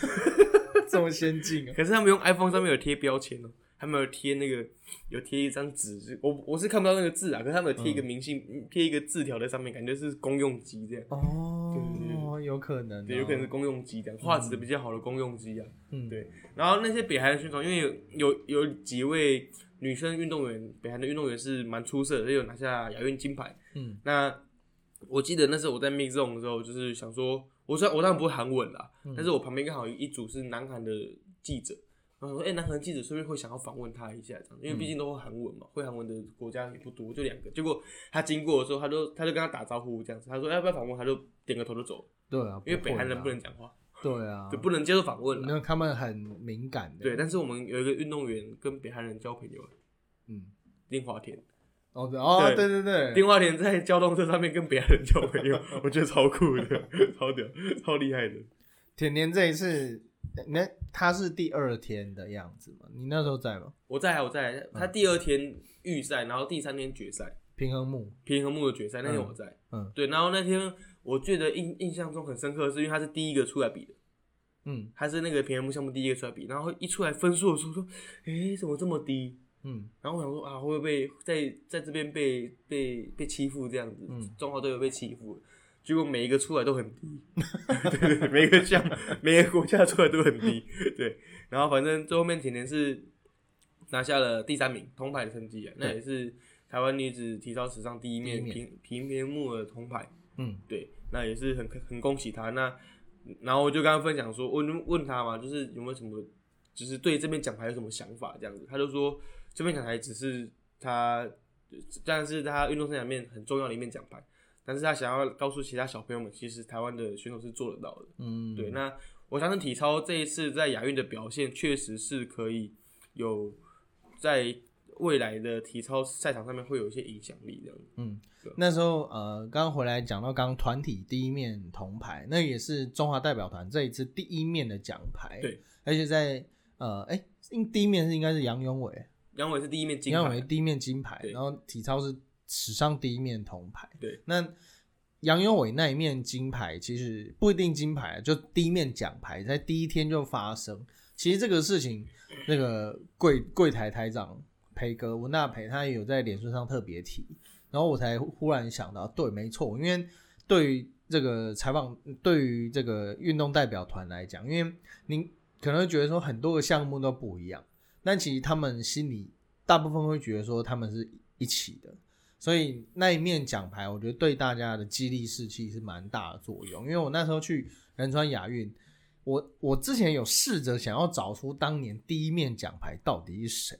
B: [laughs] 这么先进 [laughs] 啊！
A: 可是他们用 iPhone 上面有贴标签哦、他们有贴那个有贴一张纸，是我我是看不到那个字啊，可是他们有贴一个明信，贴、一个字条在上面，感觉是公用机这样，对对
B: 哦，有可能哦，
A: 对，有可能是公用机这样，画质比较好的公用机啊。
B: 嗯，
A: 对然后那些北韩的选手，因为有有有几位女生运动员，北韩的运动员是蛮出色的，也有拿下亚运金牌。
B: 嗯，
A: 那我记得那时候我在 Mix Zone 的时候，就是想说，我虽然我当然不会韩文啦，但是我旁边刚好有一组是南韩的记者，然后我说，哎、南韩记者是不是会想要访问他一下这样？因为毕竟都会韩文嘛，会韩文的国家也不多，就两个。结果他经过的时候，他就他就跟他打招呼这样子，他说要不要访问，他就点个头就走了，
B: 对啊，
A: 因为北韩
B: 会
A: 人
B: 啦
A: 不，能讲话，
B: 对啊，
A: 就哦不能接受访问了。
B: 那他们很敏感的，
A: 对，，但是我们有一个运动员跟北韩人交朋友，
B: 嗯，
A: 丁华田。
B: 哦对哦，
A: 对
B: 对对对，
A: 丁华田在交通车上面跟北韩人交朋友， [laughs] 我觉得超酷的，超屌，超厉害的。
B: 甜甜这一次，那他是第二天的样子嘛？你那时候在吗？
A: 我在，我在。他
B: 嗯
A: 第二天预赛，然后第三天决赛，
B: 平衡木，
A: 平衡木的决赛那天我在。
B: 嗯
A: 对，然后那天我记得印印象中很深刻，是因为他是第一个出来比的，
B: 嗯
A: 他是那个平衡木项目第一个出来比，然后一出来分数的时候说，诶、怎么这么低？
B: 嗯
A: 然后我想说啊，会不会被在在这边被被被欺负这样子？
B: 嗯
A: 中华队有被欺负，结果每一个出来都很
B: [laughs]
A: 低，对对对，每一个项目每个国家出来都很低，对。然后反正最后面甜甜是拿下了第三名，铜牌的成绩啊，那
B: 对
A: 也是台湾女子体操史上第一面
B: 第一面
A: 平平面木的铜牌，
B: 嗯，
A: 对，那也是很很恭喜她。那然后我就跟她分享说，问问她嘛，就是有没有什么，就是对这边奖牌有什么想法这样子。她就说，这边奖牌只是她，但是她运动生涯里面很重要的一面奖牌。但是她想要告诉其他小朋友们，其实台湾的选手是做得到的。
B: 嗯，
A: 对，那我相信体操这一次在亚运的表现，确实是可以有在未来的体操赛场上面会有一些影响力这样子。
B: 那时候呃，刚刚回来讲到刚刚团体第一面铜牌，那也是中华代表团这一次第一面的奖牌，
A: 对，
B: 而且在呃，哎、应第一面是应该是杨永伟，啊
A: 杨伟是第一面金
B: 杨永
A: 牌
B: 伟，第一面金牌，
A: 对
B: 然后体操是史上第一面铜牌，
A: 对，
B: 那。杨永伟那一面金牌其实不一定金牌，啊就第一面奖牌在第一天就发生。其实这个事情，那个柜柜台台长培哥文大培他也有在脸书上特别提，然后我才忽然想到，对，没错，因为对于这个采访，对于这个运动代表团来讲，因为您可能会觉得说很多个项目都不一样，但其实他们心里大部分会觉得说他们是一起的，所以那一面奖牌，我觉得对大家的激励士气是蛮大的作用。因为我那时候去仁川亚运，我我之前有试着想要找出当年第一面奖牌到底是谁，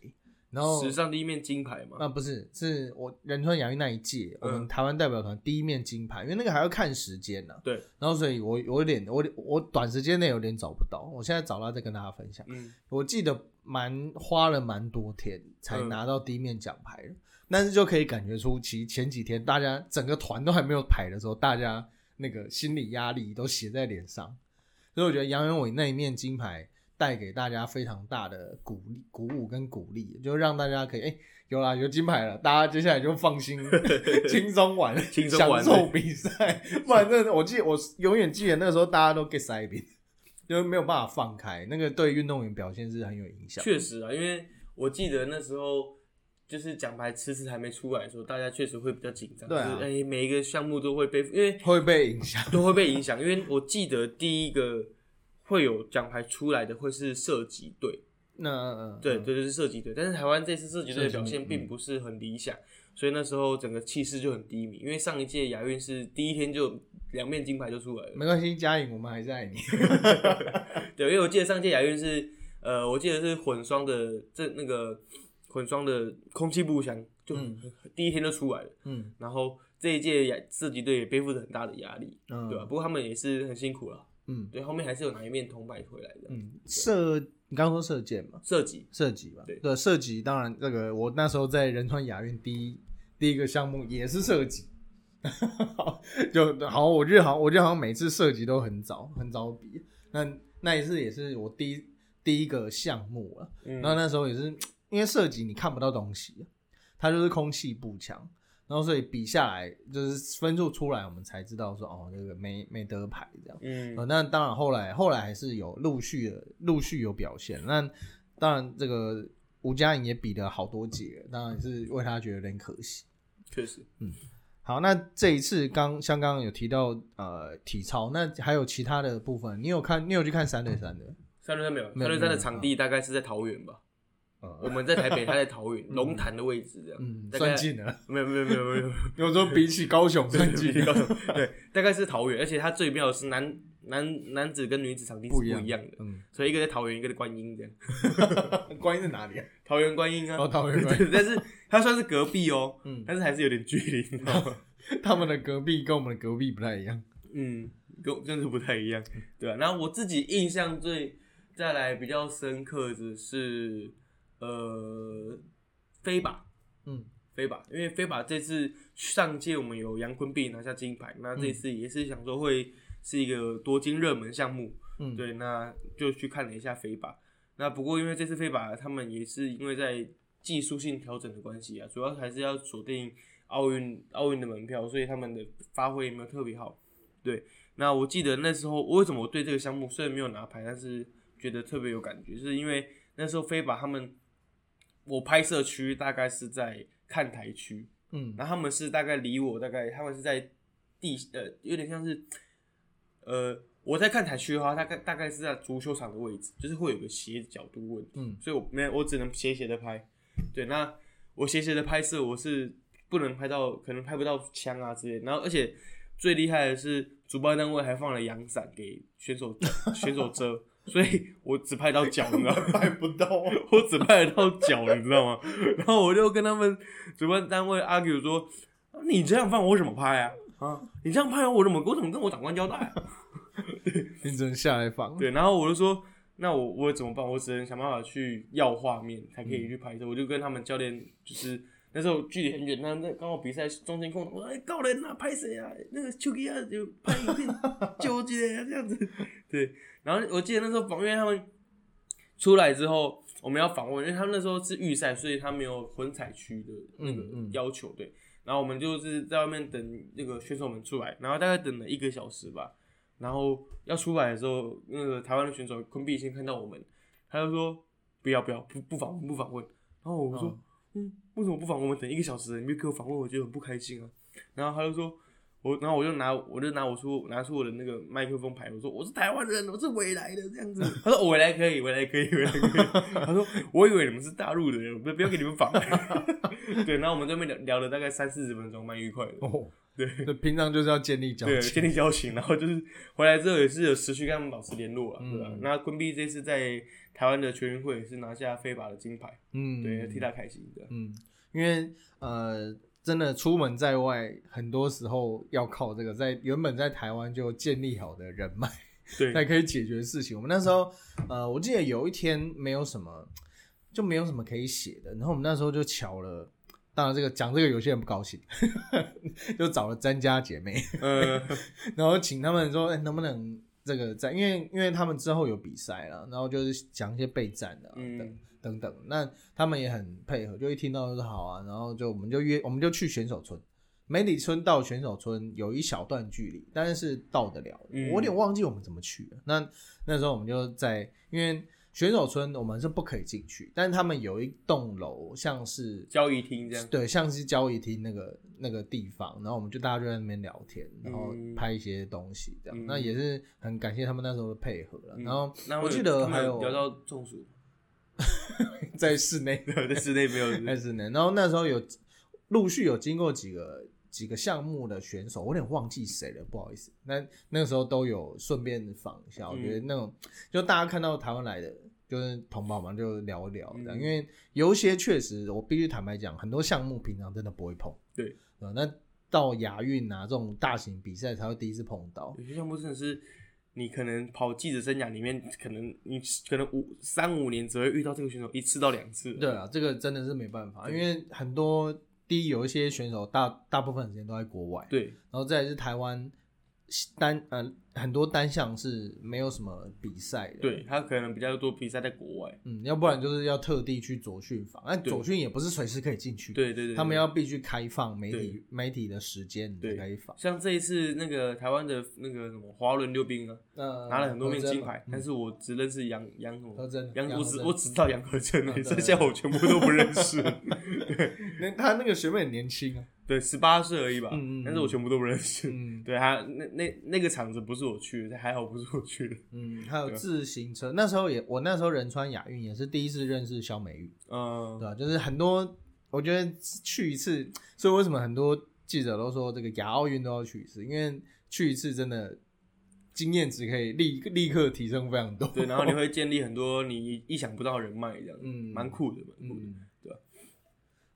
B: 然后
A: 史上第一面金牌嘛。
B: 哦啊，不是，是我仁川亚运那一届，我
A: 嗯
B: 们台湾代表团第一面金牌，因为那个还要看时间呢、
A: 对，
B: 然后所以我我有点，我我短时间内有点找不到，我现在找到再跟大家分享。
A: 嗯，
B: 我记得蛮花了蛮多天才
A: 嗯
B: 拿到第一面奖牌的，但是就可以感觉出，其实前几天大家整个团都还没有排的时候，大家那个心理压力都写在脸上，所以我觉得杨元伟那一面金牌带给大家非常大的鼓励、鼓舞跟鼓励，就让大家可以哎、有啦有金牌了，大家接下来就放
A: [laughs]
B: 心轻松玩，
A: 轻松玩
B: 享受比赛，不然真的我记得我永远记得那个时候大家都 get 塞宾。就是没有办法放开，那个对运动员表现是很有影响。
A: 确实啊，因为我记得那时候就是奖牌迟迟还没出来的时候，大家确实会比较紧张，
B: 对啊
A: 就是哎、每一个项目都会被，因为
B: 会被影响。
A: 都会被影响。因为我记得第一个会有奖牌出来的会是射击队，
B: 那
A: 对
B: 嗯
A: 对，就是射击队。但是台湾这次射击队的表
B: 射
A: 现
B: 击嗯
A: 并不是很理想，所以那时候整个气势就很低迷。因为上一届亚运是第一天就两面金牌就出来了，
B: 没关系，嘉颖，我们还是爱你。
A: 对，因为我记得上届亚运是，呃，我记得是混双的这那个混双的空气步枪，就很、第一天就出来了。
B: 嗯
A: 然后这一届亚射击队也背负着很大的压力，
B: 嗯，
A: 对吧、啊不过他们也是很辛苦了，
B: 嗯
A: 对，后面还是有拿一面铜牌回来的。
B: 嗯，射，你刚刚说射箭嘛？
A: 射击，
B: 射击吧。
A: 对
B: 对，射击当然，这个我那时候在仁川亚运第一第一个项目也是射击， [laughs] 就好，我记得好，我记得好像每次涉及都很早，很早比。那那一次也是我第一第一个项目了。
A: 嗯
B: 然后那时候也是因为射击你看不到东西，啊它就是空气步枪，然后所以比下来就是分数出来，我们才知道说哦，这个没没得牌这样。
A: 嗯
B: 哦，那当然后来后来还是有陆续的陆续有表现。那当然这个吴佳颖也比了好多节，当然是为他觉得有点可惜。
A: 确实，
B: 好，那这一次刚像刚刚有提到呃体操，那还有其他的部分，你有看你有去看三对三的？
A: 三对三没有，
B: 没有啊
A: 三对三的场地大概是在桃园吧，我
B: 呃，
A: 们在台北，他在桃园 [laughs] 龙潭的位置这样，
B: 嗯，
A: 大概
B: [laughs] 算近
A: [laughs]
B: 了。
A: 没有没有没有没有没
B: [laughs]
A: 有。
B: 有时候比起高雄算近
A: 对
B: 了。
A: 对，大概是桃园，而且它最妙的是男男男子跟女子场地是不
B: 不一
A: 一
B: 样
A: 样的，
B: 嗯，
A: 所以一个在桃园，一个在观音这样。
B: 关于是哪里啊？
A: 桃园观音啊，
B: 哦桃园
A: [laughs]
B: 观
A: 对但是它算是隔壁哦，
B: 嗯
A: 但是还是有点距离，你知道吗？
B: [laughs] 他们的隔壁跟我们的隔壁不太一样。
A: 嗯，跟我真的不太一样， [laughs] 对吧、然后我自己印象最再来比较深刻的是，呃，飞靶，
B: 嗯
A: 飞靶，因为飞靶这次上届我们有杨坤碧拿下金牌，那这次也是想说会是一个夺金热门项目，
B: 嗯，
A: 对，那就去看了一下飞靶。那不过因为这次飞靶他们也是因为在技术性调整的关系啊，主要还是要锁定奥运奥运的门票，所以他们的发挥也没有特别好。对，那我记得那时候为什么我对这个项目虽然没有拿牌，但是觉得特别有感觉，是因为那时候飞靶他们我拍摄区大概是在看台区，
B: 嗯
A: 然后他们是大概离我大概，他们是在地呃，有点像是呃，我在看台区的话，大概大概是在足球场的位置，就是会有个斜角度问题，
B: 嗯
A: 所以我没有我只能斜斜的拍。对，那我斜斜的拍摄，我是不能拍到，可能拍不到枪啊之类的。然后而且最厉害的是，主办单位还放了阳伞给选手选手遮，所以我只拍到脚，你知道吗？
B: 拍不到。
A: [laughs] 我只拍得到脚，你知道吗？然后我就跟他们主办单位 argue 说：“你这样放我怎么拍啊？啊，你这样拍我怎么我怎么跟我长官交代、啊
B: 你只能下来放。？”
A: 对，然后我就说：“那我我怎么办？我只能想办法去要画面才可以去拍摄。我就跟他们教练就是。那时候距离很远，那那刚好比赛中间空档，我说：“哎、教练啊，拍谁啊？那个丘吉亚就拍影片 [laughs] 纠结啊，这样子。” [laughs] 对，然后我记得那时候访问他们出来之后，我们要访问，因为他们那时候是预赛，所以他没有混采区的那个
B: 嗯嗯
A: 要求，对。然后我们就是在外面等那个选手们出来，然后大概等了一个小时吧。然后要出来的时候，那个台湾的选手昆碧先看到我们，他就说：“不要不要，不不访问不访问。”然后我说：“嗯，为什么不访问？我们等一个小时，你就给我访问，我觉得很不开心啊。”然后他就说：“我，然后我就拿，我就拿我出拿出我的那个麦克风牌，我说我是台湾人，我是未来的这样子。 [laughs] 他说我未来可以，未来可以，未来可以。 [laughs] 他说我以为你们是大陆的人，不不要给你们访。 [laughs] 对，然后我们这边聊聊了大概三四十分钟，蛮愉快的。
B: 哦，
A: 对，
B: 对，平常就是要建立交
A: 对，
B: 情。
A: 建立交情，然后就是回来之后也是有持续跟他们保持联络啊，对吧、
B: 嗯
A: 那昆碧这次在台湾的全运会也是拿下飞靶的金牌，
B: 嗯，
A: 对，替他开心 [laughs] 的。
B: 嗯，因为呃，真的出门在外，很多时候要靠这个在原本在台湾就建立好的人脉，才 [laughs]
A: 对，
B: 可以解决事情。我们那时候，呃，我记得有一天没有什么，就没有什么可以写的，然后我们那时候就巧了。当然，这个讲这个有些人不高兴， [laughs] 就找了詹家姐妹， [laughs]
A: 呃，
B: 然后请他们说，哎、能不能这个在，因为因为他们之后有比赛了，然后就是讲一些备战的、啊等
A: 嗯
B: 等等，那他们也很配合，就一听到就说好啊，然后就我们就约，我们就去选手村。梅里村到选手村有一小段距离，但是到得了的。
A: 嗯
B: 我有点忘记我们怎么去了。那那时候我们就在，因为选手村我们是不可以进去，但是他们有一栋楼，像是
A: 交易厅这样，
B: 对，像是交易厅那个那个地方，然后我们就大家就在那边聊天，然后
A: 嗯
B: 拍一些东西，这样、
A: 嗯
B: 那也是很感谢他们那时候的配合了。
A: 嗯
B: 然后
A: 那
B: 我
A: 会
B: 记得
A: 他们
B: 还有
A: 聊到中暑，
B: 在室内，
A: 对，在室内没
B: [laughs]
A: 有，
B: 在室内，然后那时候有陆续有经过几个几个项目的选手，我有点忘记谁了，不好意思。那那个时候都有顺便访一下，我
A: 嗯
B: 觉得那种就大家看到台湾来的。就是同胞嘛，就聊一聊这样，
A: 嗯
B: 因为有一些确实，我必须坦白讲，很多项目平常真的不会碰。
A: 对，
B: 啊，那到亚运啊这种大型比赛才会第一次碰到。
A: 有些项目真的是。你可能跑记者生涯里面，可能你可能五三五年只会遇到这个选手一次到两次。
B: 对啊，这个真的是没办法，因
A: 对
B: 为很多第一有一些选手大大部分时间都在国外，
A: 对
B: 然后再来是台湾单呃很多单项是没有什么比赛的，，
A: 对，他可能比较多比赛在国外，
B: 嗯，要不然就是要特地去左训房，那
A: 对
B: 左训也不是随时可以进去，，
A: 对对对对
B: 他们
A: 对
B: 要必须开放媒
A: 对
B: 体媒体的时间你才
A: 对
B: 可以访，
A: 像这一次那个台湾的那个什么滑轮溜冰啊，
B: 呃，
A: 拿了很多面
B: 何真
A: 金
B: 嘛
A: 牌，
B: 嗯
A: 但是我只认识杨杨什么
B: 何真
A: 杨，
B: 杨
A: 我
B: 何
A: 只
B: 真
A: 我只知道杨和珍而已，
B: 嗯对
A: 剩下我全部都不认识。 [laughs]
B: 那他那个学妹很年轻啊，
A: 对，十八岁而已吧
B: 嗯嗯，嗯
A: 但是我全部都不认识。
B: 嗯
A: 对，他那那那个场子不是我去的，还好不是我去的。
B: 嗯，还有
A: 对啊
B: 自行车，那时候也我那时候仁川亚运也是第一次认识肖美玉，对
A: 嗯，
B: 吧、就是很多，我觉得去一次，所以为什么很多记者都说这个亚奥运都要去一次，因为去一次真的经验值可以立立刻提升非常多。
A: 对，然后你会建立很多你意想不到的人脉，这样，
B: 嗯
A: 蛮酷的，蛮酷的。
B: [laughs] 嗯，
A: 对吧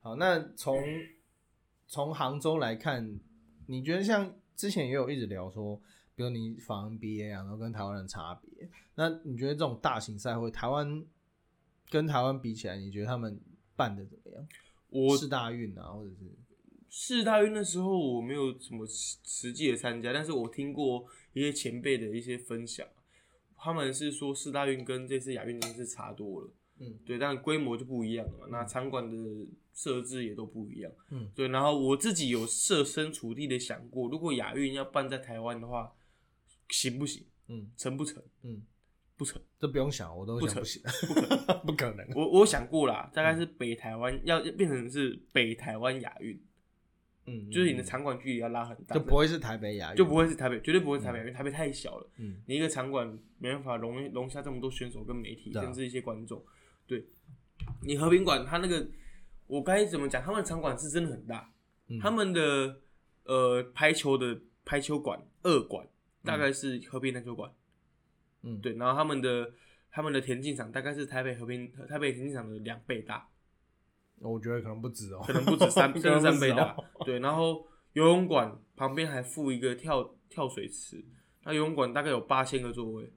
B: 好，那从从杭州来看，你觉得像之前也有一直聊说，比如你访 NBA 啊，然后跟台湾人差别，那你觉得这种大型赛会，台湾跟台湾比起来，你觉得他们办的怎么样？
A: 我
B: 是大运啊，或者是
A: 世大运那时候我没有什么实实际的参加，但是我听过一些前辈的一些分享，他们是说世大运跟这次亚运真的是差多了。
B: 嗯
A: 对，但规模就不一样了嘛，那场馆的设置也都不一样。
B: 嗯，
A: 对。然后我自己有设身处地的想过，如果亚运要办在台湾的话，行不行？
B: 嗯
A: 成不成？
B: 嗯，
A: 不成，
B: 这不用想，我都
A: [laughs] 不
B: 想
A: 成
B: 不行，不可能，不可能。
A: 我我想过啦，大
B: 嗯
A: 概是北台湾要变成是北台湾亚运， [laughs]
B: 嗯，
A: 就是你
B: 嗯
A: 的场馆距离要拉很大，
B: 就不会嗯是台北亚运，
A: 就不会是台北，绝对不会是台北，因为台北太小了。
B: 嗯
A: 你一个场馆没办法容容下这么多选手跟媒体，
B: 对啊
A: 甚至一些观众。对，你和平馆他那个，我该怎么讲？他们的场馆是真的很大，
B: 嗯
A: 他们的呃排球的排球馆二馆大概是和平篮球馆，
B: 嗯
A: 对，然后他们的他们的田径场大概是台北和平台北田径场的两倍大，
B: 我觉得可能不止哦，
A: 可能不止
B: [laughs]
A: 三，
B: 可
A: 甚
B: 能
A: 至
B: 不止
A: 三倍大
B: 哦。
A: 对，然后游泳馆旁边还附一个跳跳水池，那游泳馆大概有八千个座位。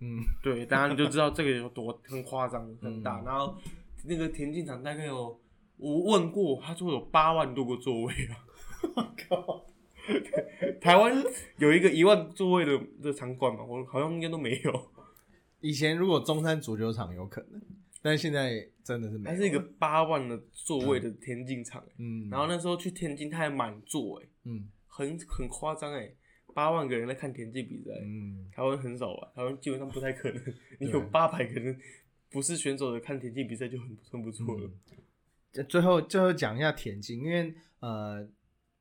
B: 嗯
A: 对，当然你就知道这个有多很夸张、很大。
B: 嗯
A: 然后那个田径场大概有，我问过，他说有八万多个座位
B: [laughs]
A: 啊。台湾有一个一万座位的的场馆嘛，我好像应该都没有，
B: 以前如果中山足球场有可能，但现在真的是没
A: 还
B: 有。啊
A: 是一个八万的座位的田径场、欸
B: 嗯，
A: 然后那时候去天津，他还满座哎、欸
B: 嗯
A: 很很夸张哎，八万个人在看田径比赛、
B: 嗯
A: 台湾很少吧？台湾基本上不太可
B: [laughs]
A: 能，你有
B: 对
A: 八百个人不是选手的看田径比赛就很很不错
B: 嗯
A: 了。
B: 这呃最后最后讲一下田径，因为呃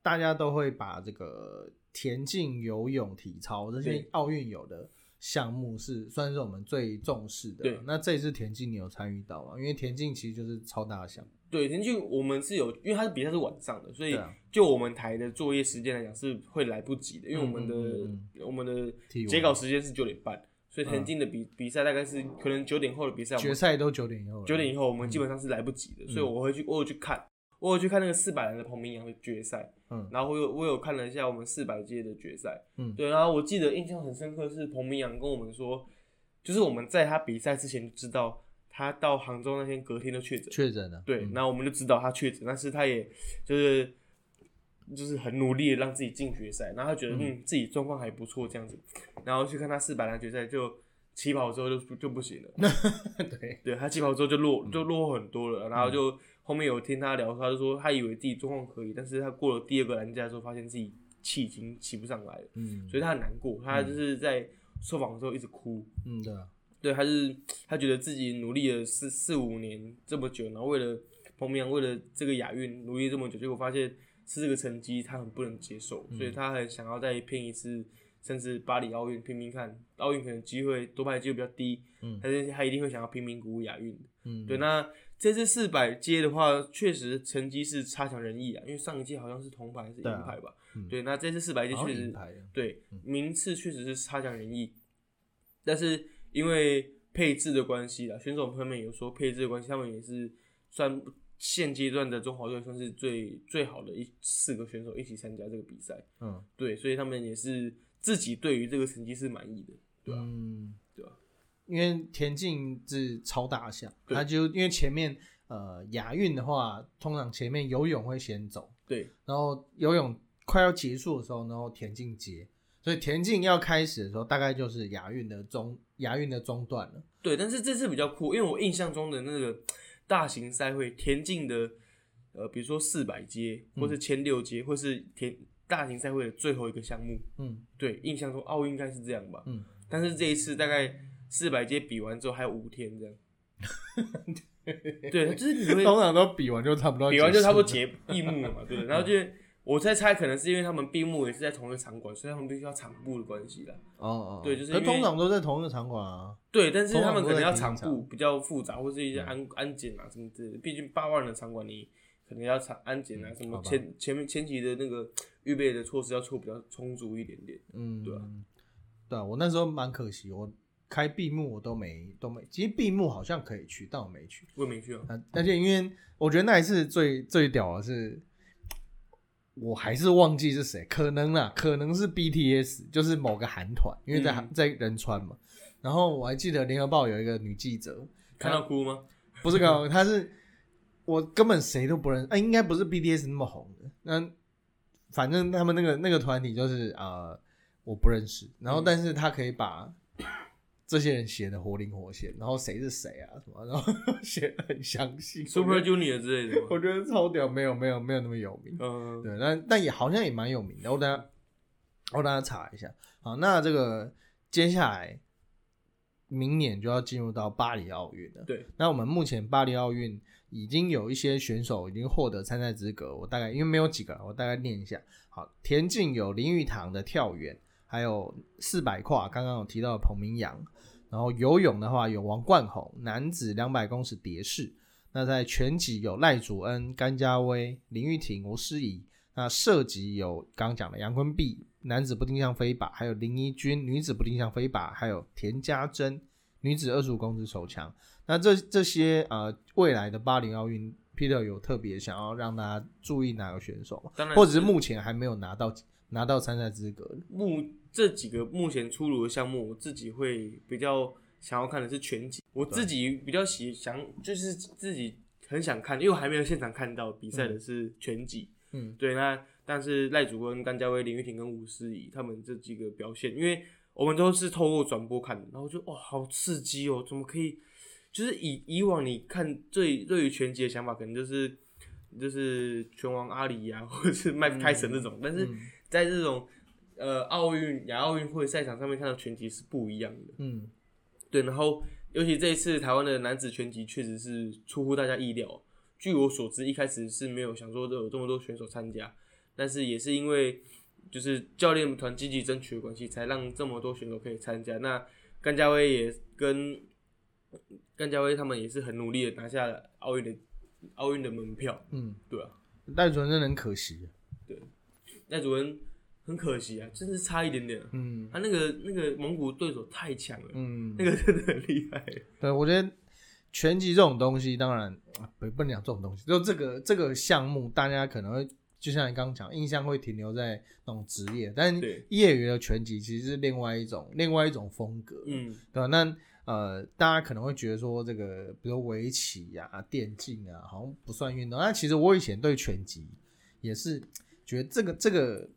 B: 大家都会把这个田径、游泳、体操这些
A: 对
B: 奥运有的项目是算是我们最重视的。
A: 对
B: 那这一次田径你有参与到吗？因为田径其实就是超大项。
A: 对，田径我们是有，因为它的比赛是晚上的，所以
B: 对啊
A: 就我们台的作业时间来讲是会来不及的，因为我们的、
B: 嗯
A: 我们
B: 体
A: 的
B: 育
A: 截稿时间是九点半，所以田径的比、比赛大概是可能九点后的比赛，我
B: 决
A: 们
B: 赛都九点以后了，嗯
A: 九点以后我们基本上是来不及的，所以我会去我有去看，我有去看那个四百人的彭明阳的决赛，
B: 嗯
A: 然后我有我有看了一下我们四百届的决赛，
B: 嗯
A: 对，然后我记得印象很深刻是彭明阳跟我们说，就是我们在他比赛之前就知道他到杭州那天隔天就确诊。
B: 确诊了。
A: 对，那我们就知道他确诊，但是他也就是就是很努力的让自己进决赛，然后他觉得嗯自己状况还不错这样子，然后去看他四百栏决赛就起跑之后就就就不行了，
B: 对，
A: 对他起跑之后就落就落后很多了，然后就后面有听他聊，他就说他以为自己状况可以，但是他过了第二个栏架之后，发现自己气已经起不上来了，
B: 嗯
A: 所以他很难过，他就是在受访的时候一直哭，
B: 嗯对啊，
A: 对，他是他觉得自己努力了四四五年这么久，然后为了彭明阳为了这个亚运努力这么久，结果发现是这个成绩他很不能接受，
B: 嗯
A: 所以他很想要再拼一次，甚至巴黎奥运拼拼看，奥运可能机会夺牌机会比较低，
B: 嗯
A: 但是他一定会想要拼命鼓舞亚运。
B: 嗯
A: 对，那这次四百阶的话，确实成绩是差强人意啊，因为上一届好像是铜牌还是银
B: 对啊
A: 牌吧，
B: 嗯
A: 对，那这次四百阶
B: 好像
A: 哎确实
B: 银牌啊
A: 对，名次确实是差强人意，但是因为配置的关系啦，选手朋友们有说配置的关系，他们也是算现阶段的中华队算是最最好的一四个选手一起参加这个比赛，
B: 嗯
A: 对，所以他们也是自己对于这个成绩是满意的，对啊
B: 嗯
A: 对啊
B: 因为田径是超大项，
A: 对
B: 它就因为前面呃亚运的话，通常前面游泳会先走，
A: 对，
B: 然后游泳快要结束的时候，然后田径接，所以田径要开始的时候，大概就是亚运的中亚运的中段了。
A: 对，但是这次比较酷，因为我印象中的那个大型赛会，田径的，呃，比如说四百阶，或是千六阶，或是田大型赛会的最后一个项目，
B: 嗯，
A: 对，印象中奥运应该是这样吧，
B: 嗯，
A: 但是这一次大概四百阶比完之后还有五天
B: [laughs]
A: 这样，对，就是你会
B: 通常都比完就差不多，
A: 比完就差不多。结闭幕了嘛，
B: [laughs]
A: 对，然后就。我在猜，可能是因为他们闭幕也是在同一个场馆，所以他们必须要场布的关系啦。
B: 哦哦，
A: 对就是
B: 可
A: 因为
B: 通常都在同一个场馆啊。
A: 对，但是
B: 通
A: 他
B: 常
A: 们
B: 都
A: 可能
B: 在
A: 要
B: 体育
A: 场
B: 场嗯
A: 布比较复杂，或是一些安安检啊什么之类的。毕竟八万人的场馆，你可能要场安检啊什么
B: 嗯好吧
A: 前前面前期的那个预备的措施要做比较充足一点点。
B: 嗯，
A: 对啊
B: 对啊我那时候蛮可惜，我开闭幕我都没都没，其实闭幕好像可以去，但我没去。
A: 我也没去啊，
B: 啊，而且因为我觉得那一次最最屌的是，我还是忘记是谁，可能啦，可能是 BTS，就是某个韩团，因为在、
A: 嗯
B: 在仁川嘛。然后我还记得联合报有一个女记者，
A: 看到哭吗？
B: 不是高，她是我根本谁都不认识，哎、应该不是 BTS 那么红的。那反正他们那个那个团体就是呃，我不认识。然后
A: 嗯
B: 但是他可以把这些人写的活灵活现，然后谁是谁啊什么，然后 [laughs] 写的很详细。
A: Super Junior 之类的
B: 我
A: 吗？
B: 觉得超屌，没有没有没有那么有名，
A: 嗯，
B: 对，但但也好像也蛮有名的，我等下我等下查一下。好，那这个接下来明年就要进入到巴黎奥运了。
A: 对，
B: 那我们目前巴黎奥运已经有一些选手已经获得参赛资格，我大概因为没有几个，我大概念一下。好，田径有林玉堂的跳远，还有四百跨，刚刚有提到的彭明阳。然后游泳的话有王冠宏，男子两百公尺蝶式。那在拳击有赖祖恩、甘家威、林玉婷、吴诗怡。那射击有刚刚讲的杨坤碧，男子不定向飞靶，还有林一君，女子不定向飞靶，还有田家珍，女子二十五公尺手枪。那这这些呃，未来的巴黎奥运，Peter 有特别想要让大家注意哪个选手吗？
A: 当然
B: 或者是目前还没有拿到拿到参赛资格的？
A: 目这几个目前出炉的项目，我自己会比较想要看的是全集。我自己比较喜想就是自己很想看，因为我还没有现场看到比赛的是全集。
B: 嗯，
A: 对，那但是赖主跟甘家威、林玉婷跟吴思怡他们这几个表现，因为我们都是透过转播看的，然后就哇、好刺激哦，怎么可以？就是以以往你看最对于拳击的想法，可能就是就是拳王阿里呀、或者是麦克泰森这种，但是在这种呃奥运、亚奥运会赛场上面看到拳击是不一样的。
B: 嗯
A: 对，然后尤其这一次台湾的男子拳击确实是出乎大家意料。据我所知，一开始是没有想说有这么多选手参加，但是也是因为就是教练团积极争取的关系，才让这么多选手可以参加。那甘家威也跟甘家威他们也是很努力的拿下了奥运的奥运的门票，
B: 嗯，
A: 对啊。
B: 赖主任真的很可惜。
A: 赖主任很可惜啊，真是差一点点啊、
B: 嗯
A: 他、那个那个蒙古对手太强了，
B: 嗯，
A: 那个真的很厉害。
B: 对，我觉得拳击这种东西，当然啊不不能讲这种东西，就这个这个项目，大家可能会就像你刚刚讲，印象会停留在那种职业，但
A: 对
B: 业余的拳击其实是另外一种另外一种风格，
A: 嗯，
B: 对吧？那呃，大家可能会觉得说，这个比如围棋呀、电竞啊，好像不算运动。那其实我以前对拳击也是觉得这个这个，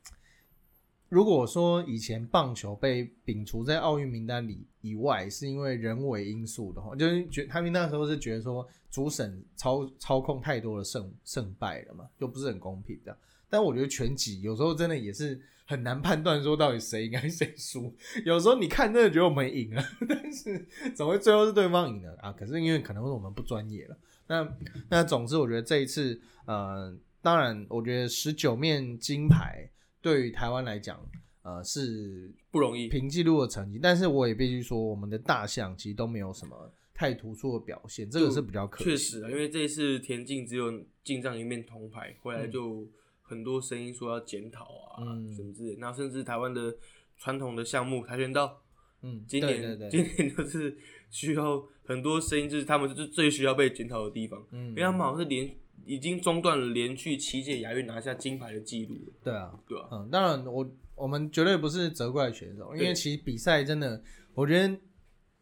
B: 如果说以前棒球被摒除在奥运名单里以外，是因为人为因素的话，就是觉他们那时候是觉得说主审操操控太多的胜胜败了嘛，就不是很公平的。但我觉得拳击有时候真的也是很难判断说到底谁赢还是 [laughs] 谁输，有时候你看真的觉得我们赢了，但是总会最后是对方赢了啊。可是因为可能是我们不专业了。那那总之，我觉得这一次，呃，当然，我觉得十九面金牌对于台湾来讲，呃，是
A: 不容易。
B: 平记录的成绩。但是我也必须说，我们的大象其实都没有什么太突出的表现，这个是比较可惜。
A: 确实啊，因为这一次田径只有进账一面铜牌，回来就很多声音说要检讨啊、
B: 嗯
A: 什么之类，然后甚至台湾的传统的项目跆拳道，
B: 嗯，
A: 今年
B: 对对对，
A: 今年就是需要很多声音，就是他们就是最需要被检讨的地方，
B: 嗯
A: 因为他们好像是连已经中断了连续七届亚运拿下金牌的记录了，
B: 对啊，
A: 对啊
B: 嗯，当然我我们绝对不是责怪选手，因为
A: 对
B: 其实比赛真的，我觉得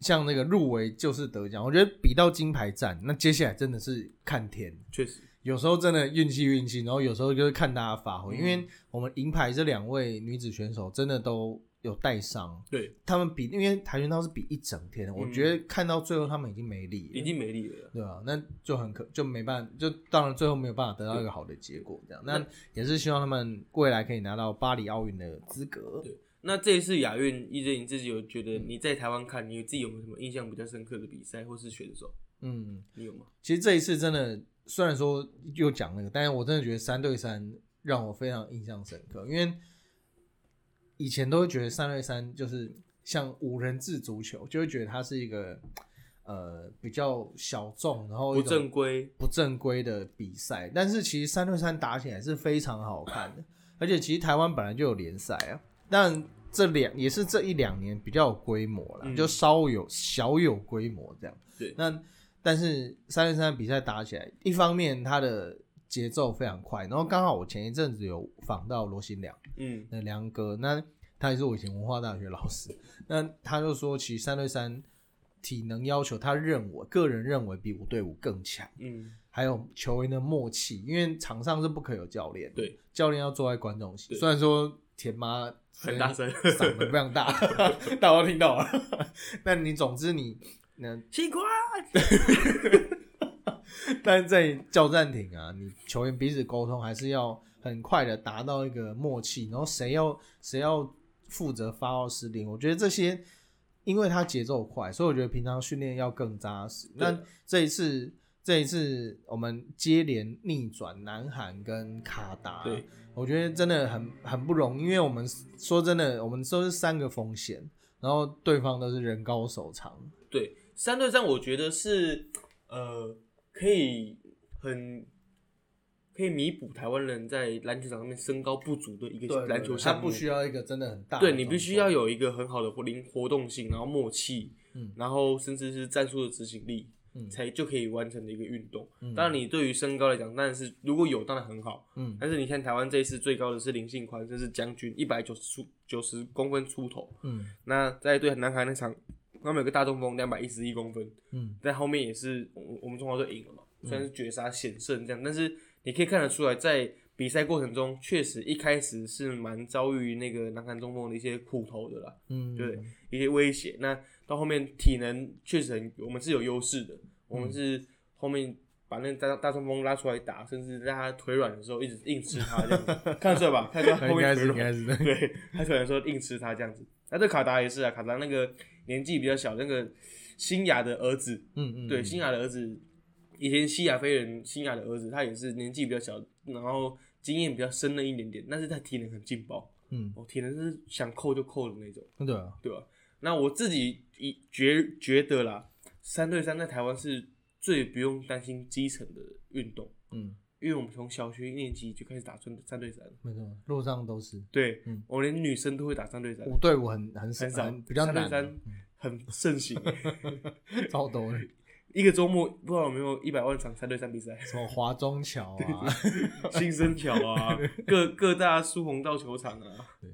B: 像那个入围就是得奖，我觉得比到金牌战，那接下来真的是看天，
A: 确实，
B: 有时候真的运气运气，然后有时候就是看大家发挥，
A: 嗯
B: 因为我们银牌这两位女子选手真的都有带伤，
A: 对，嗯
B: 他们比因为跆拳道是比一整天的，我觉得看到最后他们已经没力了
A: 已经没力了。
B: 对啊，那就很可就没办就当然最后没有办法得到一个好的结果，这样那也是希望他们未来可以拿到巴黎奥运的资格。
A: 那这一次亚运，一真你自己有觉得你在台湾看，你自己有没有什么印象比较深刻的比赛或是选手？
B: 嗯，
A: 你有吗？
B: 其实这一次真的，虽然说又讲那个，但是我真的觉得三对三让我非常印象深刻，因为以前都会觉得三对三就是像五人制足球，就会觉得它是一个呃比较小众，然后
A: 不
B: 一种
A: 正规，
B: 不正规的比赛，但是其实三对三打起来是非常
A: [laughs]
B: 好看的，而且其实台湾本来就有联赛啊，但这两也是这一两年比较有规模了，
A: 嗯
B: 就稍有小有规模这样。
A: 对
B: 那但是三对三的比赛打起来，一方面它的节奏非常快，然后刚好我前一阵子有访到罗新良，
A: 嗯，
B: 那梁哥，那他也是我以前文化大学老师， [laughs] 那他就说，其实三对三体能要求，他认为个人认为比五对五更强。
A: 嗯，
B: 还有球员的默契，因为场上是不可有教练，
A: 对，
B: 教练要坐在观众席。
A: 对
B: 虽然说田妈
A: 很大，声， [laughs]
B: 嗓门非常大，大家都听到了。 [laughs] 但你总之你，那
A: 辛苦啊！
B: 但是在叫暂停啊，你球员彼此沟通还是要很快的达到一个默契，然后谁要谁要负责发号施令，我觉得这些。因为他节奏快，所以我觉得平常训练要更扎实。那
A: 对
B: 这一次，这一次我们接连逆转南韩跟卡达，
A: 对，
B: 我觉得真的很很不容易，因为我们说真的，我们都是三个锋线，然后对方都是人高手长，
A: 对，三对三，我觉得是呃，可以很可以弥补台湾人在篮球场上面身高不足的一个篮球
B: 他
A: 项目
B: 不。需要一个真的很大的
A: 对
B: 中锋，
A: 你必须要有一个很好的活灵活动性，然后默契，
B: 嗯
A: 然后甚至是战术的执行力，
B: 嗯
A: 才就可以完成的一个运动。
B: 嗯
A: 当然，你对于身高来讲，当然是如果有当然很好，
B: 嗯
A: 但是你看台湾这一次最高的是林信宽，这是将军一百九十出九十公分出头，
B: 嗯
A: 那在对南韩那场，他们有个大中锋两百一十一公分，
B: 嗯
A: 但后面也是我我们中国队赢了嘛，虽然是绝杀险胜这样，但是你可以看得出来，在比赛过程中，确实一开始是蛮遭遇那个南韩中锋的一些苦头的啦，
B: 嗯，
A: 对，一些威胁。那到后面体能确实很，我们是有优势的，我们是后面把那个大大中锋拉出来打，甚至在他腿软的时候一直硬吃他这样子， [laughs] 看得出来吧？看得出来后
B: 应该
A: 面
B: 是
A: 腿软，
B: 应该是的，
A: [laughs] 对他可能说硬吃他这样子。那、这卡达也是啊，卡达那个年纪比较小，那个新雅的儿子，
B: 嗯嗯，
A: 对，新雅的儿子，以前西亚飞人新雅的儿子，他也是年纪比较小，然后经验比较深了一点点，但是他体能很劲爆，
B: 嗯
A: 哦，体能是想扣就扣的那种，
B: 对啊，
A: 对吧、那我自己以觉觉得啦，三对三在台湾是最不用担心基层的运动，
B: 嗯，
A: 因为我们从小学一年级就开始打三三对三，
B: 没错，路上都是
A: 对，
B: 嗯
A: 我连女生都会打三对三，
B: 五对五很很少
A: 很少，
B: 比较
A: 三对
B: 难，嗯
A: 三很盛行。
B: 超多的，
A: 一个周末不知道有没有一百万场三对三比赛，
B: 什么华中桥啊，
A: 新生桥
B: [laughs]
A: 啊，各各大苏红道球场啊，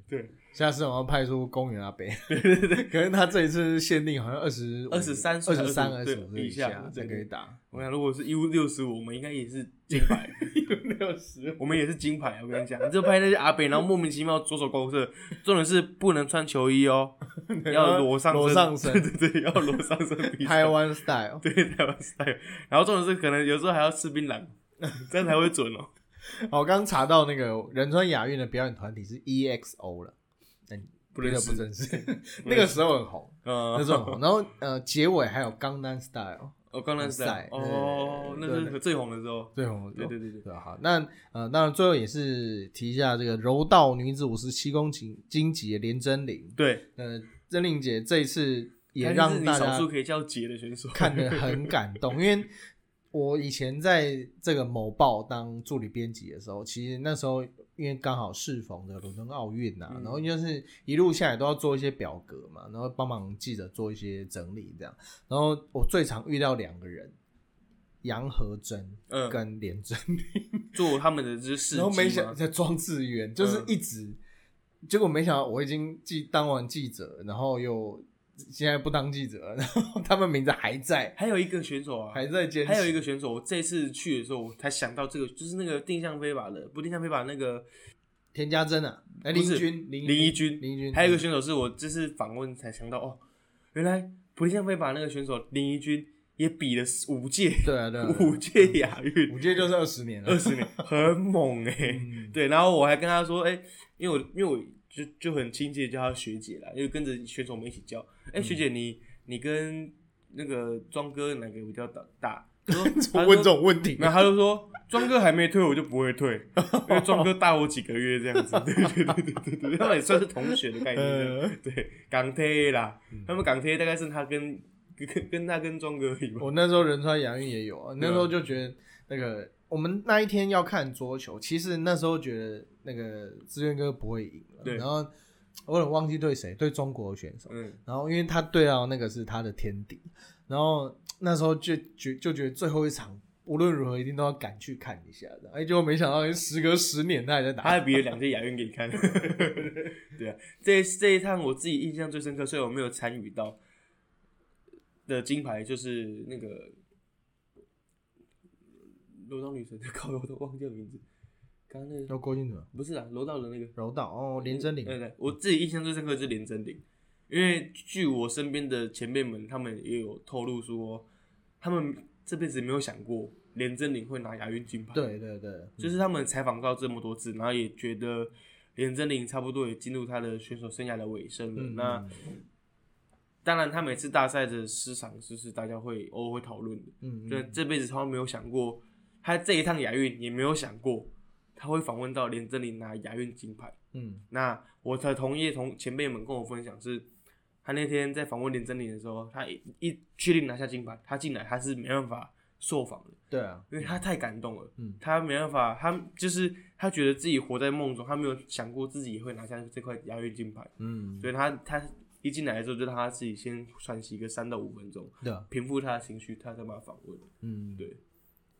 A: 对，
B: 下次我要派出公园阿北，对对对，可能他这一次限定好像二十
A: 23
B: 二十三、二
A: 对
B: 十五以
A: 以下
B: 下才
A: 对
B: 可
A: 对
B: 以打。
A: 我想如果是 U 六十五，我们应该也是金牌， [laughs]
B: 六十，
A: 我们也是金牌。我跟你讲，你就拍那些阿北，然后莫名其妙左手勾射，重点是不能穿球衣哦，要裸上身
B: 裸上
A: [laughs]
B: 身
A: 对对对，要裸上身比赛
B: 台，湾
A: [laughs]
B: style。
A: 对台湾 style。然后重点是可能有时候还要吃槟榔，这样才会准哦。
B: 好我刚刚查到那个仁川亚运的表演团体是 EXO 了，嗯，
A: 不认识
B: [laughs] 不
A: [laughs]
B: 认识，那个时候很红，
A: 嗯，
B: 那时候很红。然后呃，结尾还有江南 style
A: 哦，刚才是
B: 赛
A: 哦，
B: 对
A: 那
B: 对哦对
A: 是最红的时候。
B: 最红的时
A: 对
B: 候，
A: 对对对，
B: 对，好，那呃，当然最后也是提一下这个柔道女子五十七公斤金级的连真玲，
A: 对，
B: 呃，真玲姐这一次也
A: 他是
B: 让
A: 你
B: 大
A: 少
B: 家
A: 数可以叫杰的选手。
B: 看得很感动，因为我以前在这个某报当助理编辑的时候，其实那时候因为刚好适逢这个伦敦奥运啊，
A: 嗯
B: 然后就是一路下来都要做一些表格嘛，然后帮忙记者做一些整理这样。然后我最常遇到两个人，杨和珍
A: 嗯
B: 跟连珍，
A: 做他们的就是事
B: 然后没想
A: 嘛
B: 在庄智
A: 嗯
B: 渊，就是一直，结果没想到我已经记当完记者，然后又现在不当记者了， [laughs] 然后他们名字还在，
A: 还有一个选手啊，
B: 还在坚持。
A: 还有一个选手，我这次去的时候我才想到这个，就是那个定向飞靶的，不定向飞靶那个
B: 田家珍啊，哎，
A: 不
B: 林
A: 是
B: 军，林
A: 林一军，
B: 林一嗯军，
A: 还有一个选手是我这次访问才想到哦，原来不定向飞靶那个选手林一军也比了五届
B: 对啊，对啊，对啊
A: 五届亚运
B: 五届就是二十年了
A: 二。十年，很猛哎、
B: 嗯
A: 对，然后我还跟他说，哎、因为我因为我就就很亲切地叫他学姐啦，因为跟着选手们一起叫，哎、
B: 嗯
A: 学姐你你跟那个庄哥哪个比较大大？
B: [laughs]
A: 他说 [laughs] 他
B: 问这
A: 说
B: 种问题，
A: 没有，他就说庄哥还没退，我就不会退，因为庄哥大我几个月这样子。对对对对对对，他们也算是同学的概念。
B: 呃
A: 对，港铁啦，
B: 嗯
A: 他们港铁大概是他跟跟跟他跟庄哥而已吧。
B: 我那时候仁川亚运也有啊，那时候就觉得那个我们那一天要看桌球，其实那时候觉得那个志愿哥不会赢了，
A: 对
B: 然后我有点忘记对谁，对中国的选手，
A: 嗯，
B: 然后因为他对到那个是他的天敌，然后那时候就觉就觉得最后一场无论如何一定都要赶去看一下的，哎，结果没想到时隔十年他还在
A: 他
B: 打，
A: 还比了两届亚运给你看。 [laughs] 对啊，这这一趟我自己印象最深刻，虽然我没有参与到的金牌，就是那个柔道女神，靠，我都忘记了名字。刚刚那个
B: 都郭靖哲
A: 不是啦，柔道的那个。
B: 柔道哦，连真
A: 对
B: 领，
A: 对，我自己印象最深刻就是连真玲，因为据我身边的前辈们，他们也有透露说，他们这辈子没有想过连真玲会拿亚运金牌。，
B: 对对对，
A: 就是他们采访到这么多次，然后也觉得连真玲差不多也进入她的选手生涯的尾声了。
B: 嗯
A: 那当然，他每次大赛的失常就是大家会偶尔会讨论的。
B: 嗯
A: 对，这辈子他没有想过，他这一趟亚运也没有想过，他会访问到连真玲拿亚运金牌。
B: 嗯
A: 那我的同业同前辈们跟我分享是，他那天在访问林真理的时候，他一一确定拿下金牌，他进来他是没办法受访的，
B: 对啊，
A: 因为他太感动了，
B: 嗯
A: 他没办法，他就是他觉得自己活在梦中，他没有想过自己也会拿下这块亚运金牌，
B: 嗯
A: 所以他他一进来的时候就让他自己先喘息个三到五分钟，
B: 对啊，
A: 平复他的情绪，他再把他访问，
B: 嗯
A: 对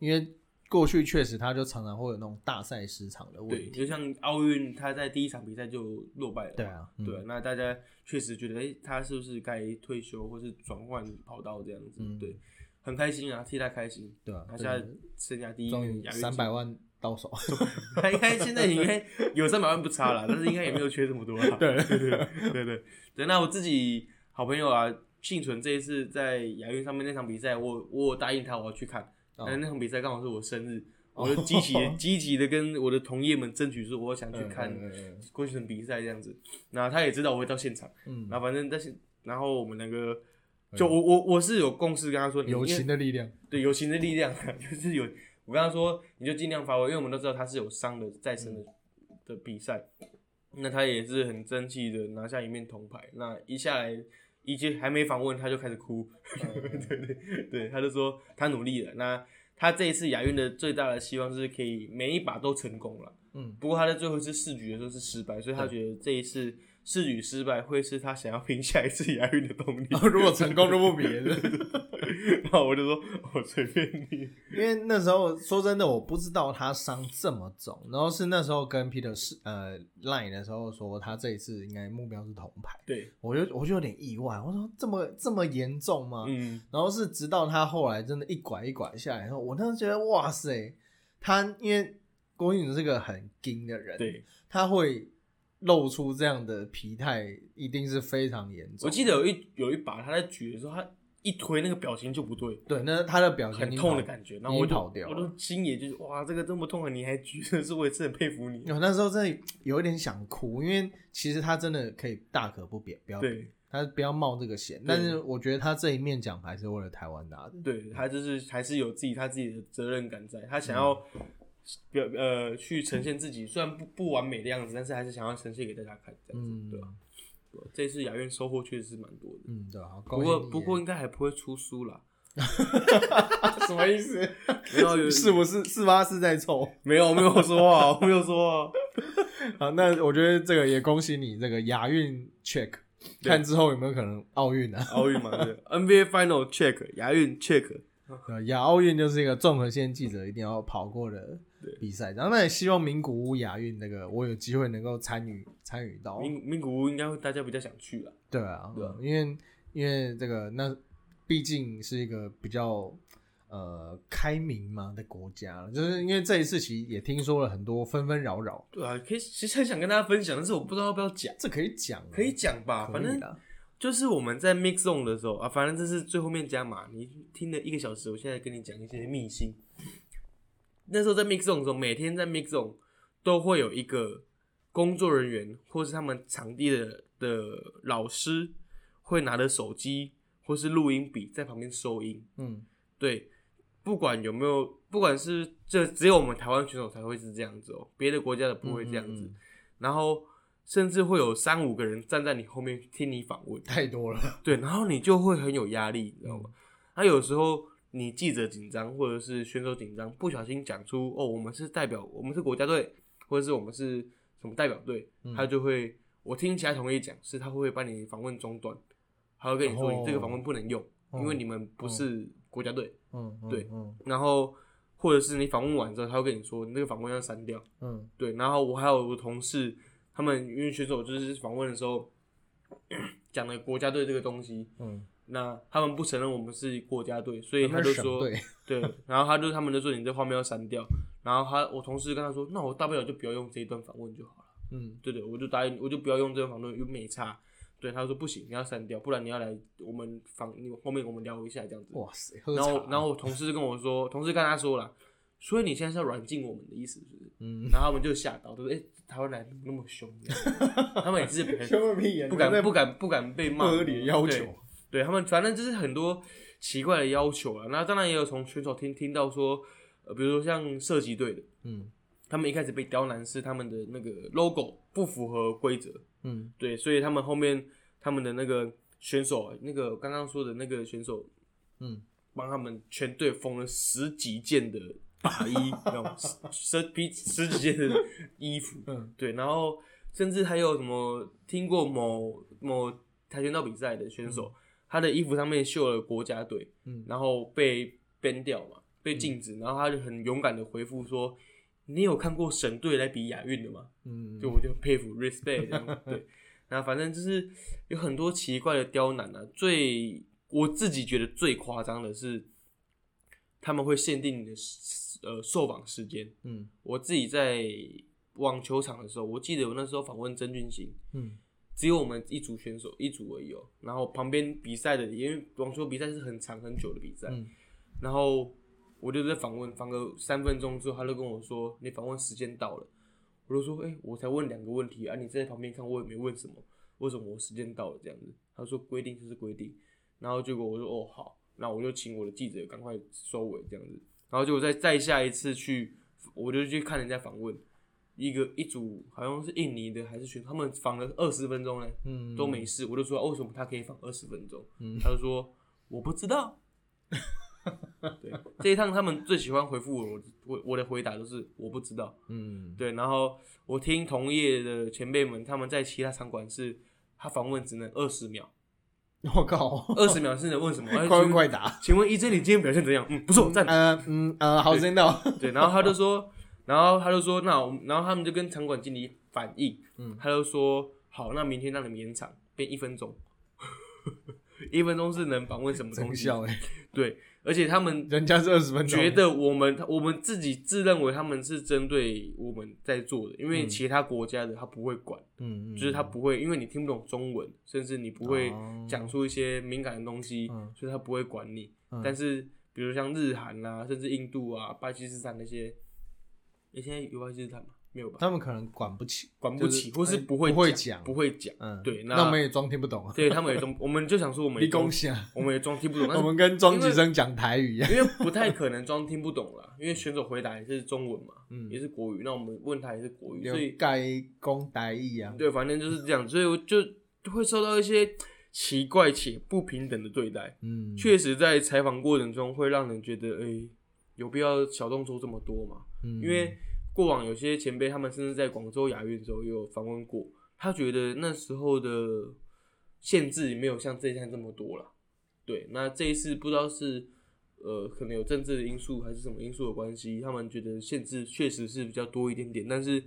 B: 因为过去确实他就常常会有那种大赛失常的问
A: 对，
B: 题。
A: 就像奥运他在第一场比赛就落败了嘛，
B: 对啊，嗯
A: 对，那大家确实觉得，哎、他是不是该退休或是转换跑道这样子？
B: 嗯
A: 对，很开心啊，替他开心。
B: 对啊
A: 他，现
B: 这
A: 在
B: 个
A: 生涯第一
B: 终
A: 名
B: 于
A: 亚运
B: 三百万到手，
A: 金，他应该现在应该有三百万不差了，但是应该也没有缺这么多啦。对对对对对对，那我自己好朋友啊，幸存这一次在亚运上面那场比赛，我我有答应他我要去看，
B: 哦
A: 但是那场比赛刚好是我生日，我就积
B: [laughs]
A: 极地积极的跟我的同业们争取说我想去看
B: 嗯嗯嗯
A: 郭敬明比赛这样子，那他也知道我会到现场。
B: 嗯，哎
A: 然后反正但是，然后我们那个，就我我我是有共识跟他说，你
B: 友
A: 因为
B: 情的力量， [laughs]
A: 对友情的力量， [laughs] 就是有我跟他说，你就尽量发挥，因为我们都知道他是有伤的再生的、的比赛，那他也是很争气的拿下一面铜牌，那一下来。一接还没访问他就开始哭， [laughs] 对对对，他就说他努力了。那他这一次亚运的最大的希望是可以每一把都成功了。
B: 嗯，
A: 不过他在最后一次试举的时候是失败，所以他觉得这一次试举失败会是他想要拼下一次亚运的动力。
B: 如果成功就不
A: [laughs]
B: 比了。
A: 然后我就说，我随便你。
B: 因为那时候说真的，我不知道他伤这么重，然后是那时候跟 Peter 是呃 Line 的时候说他这一次应该目标是铜牌，
A: 对，
B: 我就我就有点意外，我说这么这么严重吗？
A: 嗯，
B: 然后是直到他后来真的一拐一拐下来以后，我那时候觉得哇塞，他因为郭靖是个很硬的人，，
A: 对，
B: 他会露出这样的疲态，一定是非常严重。
A: 我记得有一有一把他在举的时候，他一推那个表情就不对，
B: 对，那他的表情
A: 很
B: 已经
A: 痛的
B: 跑
A: 感觉。然后我
B: 已经
A: 就
B: 跑掉
A: 我
B: 了
A: 都心也就是哇，这个这么痛的你还举，真的是我也是很佩服
B: [laughs]
A: 你。
B: 我那时候真的有一点想哭，因为其实他真的可以大可不必不要，
A: 对
B: 他不要冒这个险。但是我觉得他这一面奖牌是为了台湾拿的，
A: 对，啊他就是还是有自己他自己的责任感在，他想要表呃去呈现自己，虽然不不完美的样子，但是还是想要呈现给大家看，这样子，
B: 嗯，
A: 对吧、这次雅苑收获确实是蛮多的，
B: 嗯，对啊，好
A: 不
B: 恭喜
A: 过
B: 你
A: 不过应该还不会出书 [laughs] 啦。
B: 什么意思？
A: 没有有
B: 是不是四八四在
A: [laughs]
B: 凑？
A: 没有没有说啊，我没有说啊。
B: 好，那我觉得这个也恭喜你，这个亚运 check，
A: 对
B: 看之后有没有可能奥运
A: [laughs]
B: 啊？
A: [laughs] 奥运嘛，对 NBA Final check，亚运 check，
B: 对亚奥运就是一个综合线记者一定要跑过的
A: 对
B: 比赛，然后那也希望名古屋亚运那个我有机会能够参与参与到。
A: 名名古屋应该会大家比较想去啦。
B: 对啊，
A: 对啊
B: 嗯因为因为这个那毕竟是一个比较呃开明嘛的国家，就是因为这一次其实也听说了很多纷纷扰扰，
A: 对啊，可以，其实很想跟大家分享，但是我不知道要不要讲，
B: 这可以讲啊，
A: 可以讲吧？
B: 可以
A: 反正
B: 啦
A: 就是我们在 mix zone 的时候啊，反正这是最后面加码，你听了一个小时，我现在跟你讲一些秘辛。那时候在 mix zone 的时候，每天在 mix zone 都会有一个工作人员或是他们场地的的老师会拿着手机或是录音笔在旁边收音，
B: 嗯，
A: 对，不管有没有，不管是这只有我们台湾选手才会是这样子哦、别的国家的不会这样子。
B: 嗯嗯
A: 然后甚至会有三五个人站在你后面听你访问，
B: 太多了，
A: 对，然后你就会很有压力，你知道
B: 嗯
A: 吗？那、有时候你记者紧张或者是选手紧张，不小心讲出哦，我们是代表，我们是国家队，或者是我们是什么代表队，
B: 嗯
A: 他就会我听其他同业讲是他会把你访问中断，他会跟你说
B: 哦
A: 你这个访问不能用，因为
B: 哦
A: 你们不是国家队。
B: 嗯，嗯
A: [laughs] 对
B: 嗯
A: 然后或者是你访问完之后，他会跟你说你那个访问要删掉。
B: 嗯
A: 对，然后我还有个同事，他们因为选手就是访问的时候 [coughs] 讲了国家队这个东西，
B: 嗯，
A: 那他们不承认我们是国家队，所以他就说
B: 对，
A: 对，
B: [laughs]
A: 然后他就他们就说你这画面要删掉，然后他我同事跟他说，那我大不了就不要用这一段访问就好了。
B: 嗯
A: 对对，我就答应，我就不要用这段访问，又没差。对，他说不行，你要删掉，不然你要来我们访，你后面我们聊一下这样子。
B: 哇啊塞，喝
A: 然后
B: 茶
A: 然后我同事就跟我说，同事跟他说了，所以你现在是要软禁我们的意思是不是？
B: 嗯，
A: 然后他们就吓到，就说：“哎、台湾来怎么那么
B: [laughs]
A: 凶？”他们也是很
B: 个屁呀
A: 不敢不敢不敢被骂，
B: 不合理的要
A: 对
B: 求，
A: 对他们，反正就是很多奇怪的要求了。那当然也有从选手听听到说，呃，比如说像射击队的，
B: 嗯
A: 他们一开始被刁难是他们的那个 logo 不符合规则，
B: 嗯
A: 对，所以他们后面他们的那个选手，啊那个刚刚说的那个选手
B: 嗯，
A: 帮他们全队缝了十几件的大衣， [laughs] 那种十十比十几件的衣服，
B: 嗯，
A: 对，然后甚至还有什么听过某某跆拳道比赛的选手，他的衣服上面绣了国家队，
B: 嗯
A: 然后被 ban 掉嘛，被禁止，然后他就很勇敢的回复说。你有看过省队来比亚运的吗？
B: 嗯，
A: 就我就很佩服 respect 这样对。那反正就是有很多奇怪的刁难啊，最我自己觉得最夸张的是，他们会限定你的时呃受访时间。
B: 嗯
A: 我自己在网球场的时候，我记得我那时候访问曾俊行，
B: 嗯
A: 只有我们一组选手一组而已哦。然后旁边比赛的，因为网球比赛是很长很久的比赛，
B: 嗯
A: 然后我就在访问，访个三分钟之后，他就跟我说：“你访问时间到了。”我就说：“哎、我才问两个问题啊，你在旁边看，我也没问什么，为什么我时间到了这样子？”他说：“规定就是规定。”然后结果我说：“哦，好。”那我就请我的记者赶快收尾这样子。然后结果再再下一次去，我就去看人家访问，一个一组好像是印尼的还是选，他们访了二十分钟嘞，
B: 嗯，
A: 都没事。我就说、哦为什么他可以放二十分钟？
B: 嗯
A: 他就说我不知
B: [laughs]
A: 道。对，这一趟他们最喜欢回复我，我我的回答都是我不知道。 [laughs]
B: 嗯，
A: 对，然后我听同业的前辈们他们在其他场馆是，他访问只能二十秒，
B: 我靠， [laughs]
A: 二十秒是能问什么？哎
B: 快
A: 请
B: 问
A: 问
B: 快答，
A: 请问一真你今天表现怎样？嗯，不错，赞。
B: 呃嗯呃，好，时间到，
A: 对，然后他就说，然后他就说，那我们然后他们就跟场馆经理反映，
B: 嗯
A: 他就说，好，那明天让你们延长，变一分钟， [laughs] 一分钟是能访问什么
B: [laughs]
A: 东
B: 真
A: 西？
B: 笑哎，
A: 对，而且他们
B: 人家是二十分钟，
A: 觉得我们我们自己自认为他们是针对我们在做的，因为其他国家的他不会管，
B: 嗯嗯，嗯
A: 就是他不会，因为你听不懂中文，甚至你不会
B: 哦
A: 讲出一些敏感的东西，
B: 嗯
A: 所以他不会管你。
B: 嗯
A: 但是比如像日韩啊，甚至印度啊、巴基斯坦那些，你、现在有巴基斯坦吗？没有吧？
B: 他们可能管不起，
A: 管不起，或是
B: 哎
A: 不会
B: 不会
A: 讲，
B: 讲
A: 不会讲。
B: 嗯，
A: 对那
B: 那我们也装听不懂啊，
A: 对他们也装，我们就想说我们也
B: 你
A: 装嗯
B: 恭，喜啊，
A: 我们也装听不懂，但
B: [laughs] 我
A: 是
B: 们跟庄吉生讲台语一样，
A: 因为不太可能装听不懂啦，因为选手回答也是中文嘛，
B: 嗯
A: 也是国语，那我们问他也是国语，[laughs]
B: 有
A: 所以
B: 盖公台语啊，
A: 对，反正就是这样，所以我就会受到一些奇怪且不平等的对待。
B: 嗯，
A: 确实，在采访过程中会让人觉得，哎、有必要小动作这么多吗？
B: 嗯
A: 因为过往有些前辈，他们甚至在广州亚运的时候也有访问过，他觉得那时候的限制没有像这一项这么多了。对，那这一次不知道是呃，可能有政治的因素还是什么因素的关系，他们觉得限制确实是比较多一点点，但是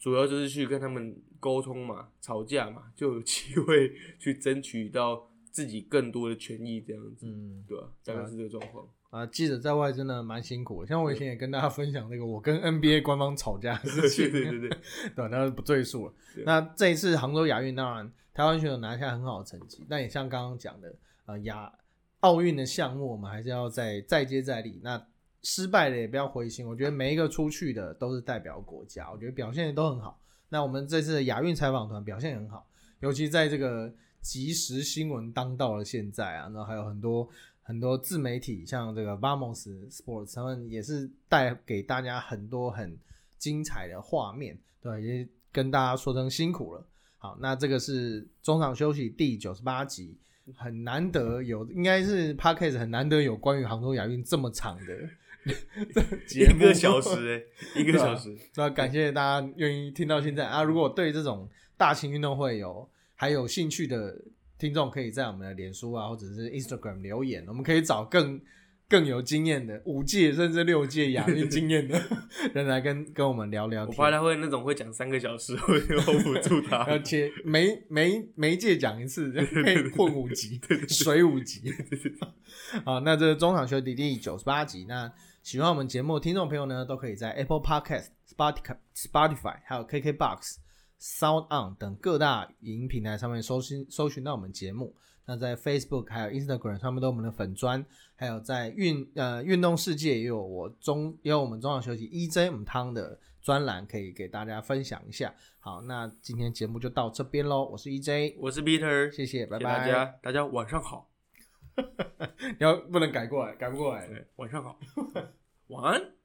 A: 主要 [laughs] 就是去跟他们沟通嘛，吵架嘛，就有机会去争取到自己更多的权益这样子，
B: 嗯
A: 对吧、大概是这个状况。
B: 啊，记者在外真的蛮辛苦的。像我以前也跟大家分享这个我跟 NBA 官方吵架的事
A: [laughs]
B: 情，
A: 对对对对，
B: 对，那不赘述了。
A: 对
B: 那这一次杭州亚运，当然台湾选手拿下很好的成绩，但也像刚刚讲的，呃，亚奥运的项目我们还是要再再接再厉。那失败了也不要灰心，我觉得每一个出去的都是代表国家，我觉得表现也都很好。那我们这次的亚运采访团表现也很好，尤其在这个即时新闻当道的现在啊，那还有很多很多自媒体，像这个 Vamos Sports，他们也是带给大家很多很精彩的画面，对，也跟大家说声辛苦了。好，那这个是中场休息第九十八集，很难得有，应该是 p a c k a s e 很难得有关于杭州亚运这么长的 [laughs] 节
A: 一
B: 目
A: 个小时哎、一个小时，
B: 那感谢大家愿意听到现在啊！如果对这种大型运动会有还有兴趣的听众，可以在我们的脸书啊，或者是 Instagram 留言，我们可以找更更有经验的五届甚至六届亚运经验的 [laughs] 人来跟跟我们聊聊
A: 我
B: 天。
A: 怕他会那种会讲三个小时， [laughs] 我 hold 不住
B: [laughs]
A: 他。
B: 而且每每每一届讲一次，可以混五级，水五级。好，那这是中场休息第九十八集。那喜欢我们节目的听众朋友呢，都可以在 Apple Podcast、Spotify、Spotify 还有 KKBox、Sound On 等各大影音平台上面搜寻搜寻到我们节目。那在 Facebook 还有 Instagram 上面都有我们的粉砖，还有在运呃运动世界也有我中也有我们中场休息 E EJ 母汤的专栏可以给大家分享一下。好，那今天节目就到这边喽，我是 EJ，
A: 我是 Peter，
B: 谢谢，拜
A: 谢谢大
B: 拜。
A: 家，大家晚上好，
B: 你要不能改过来，改不过来。
A: 哎对，晚上好，晚安。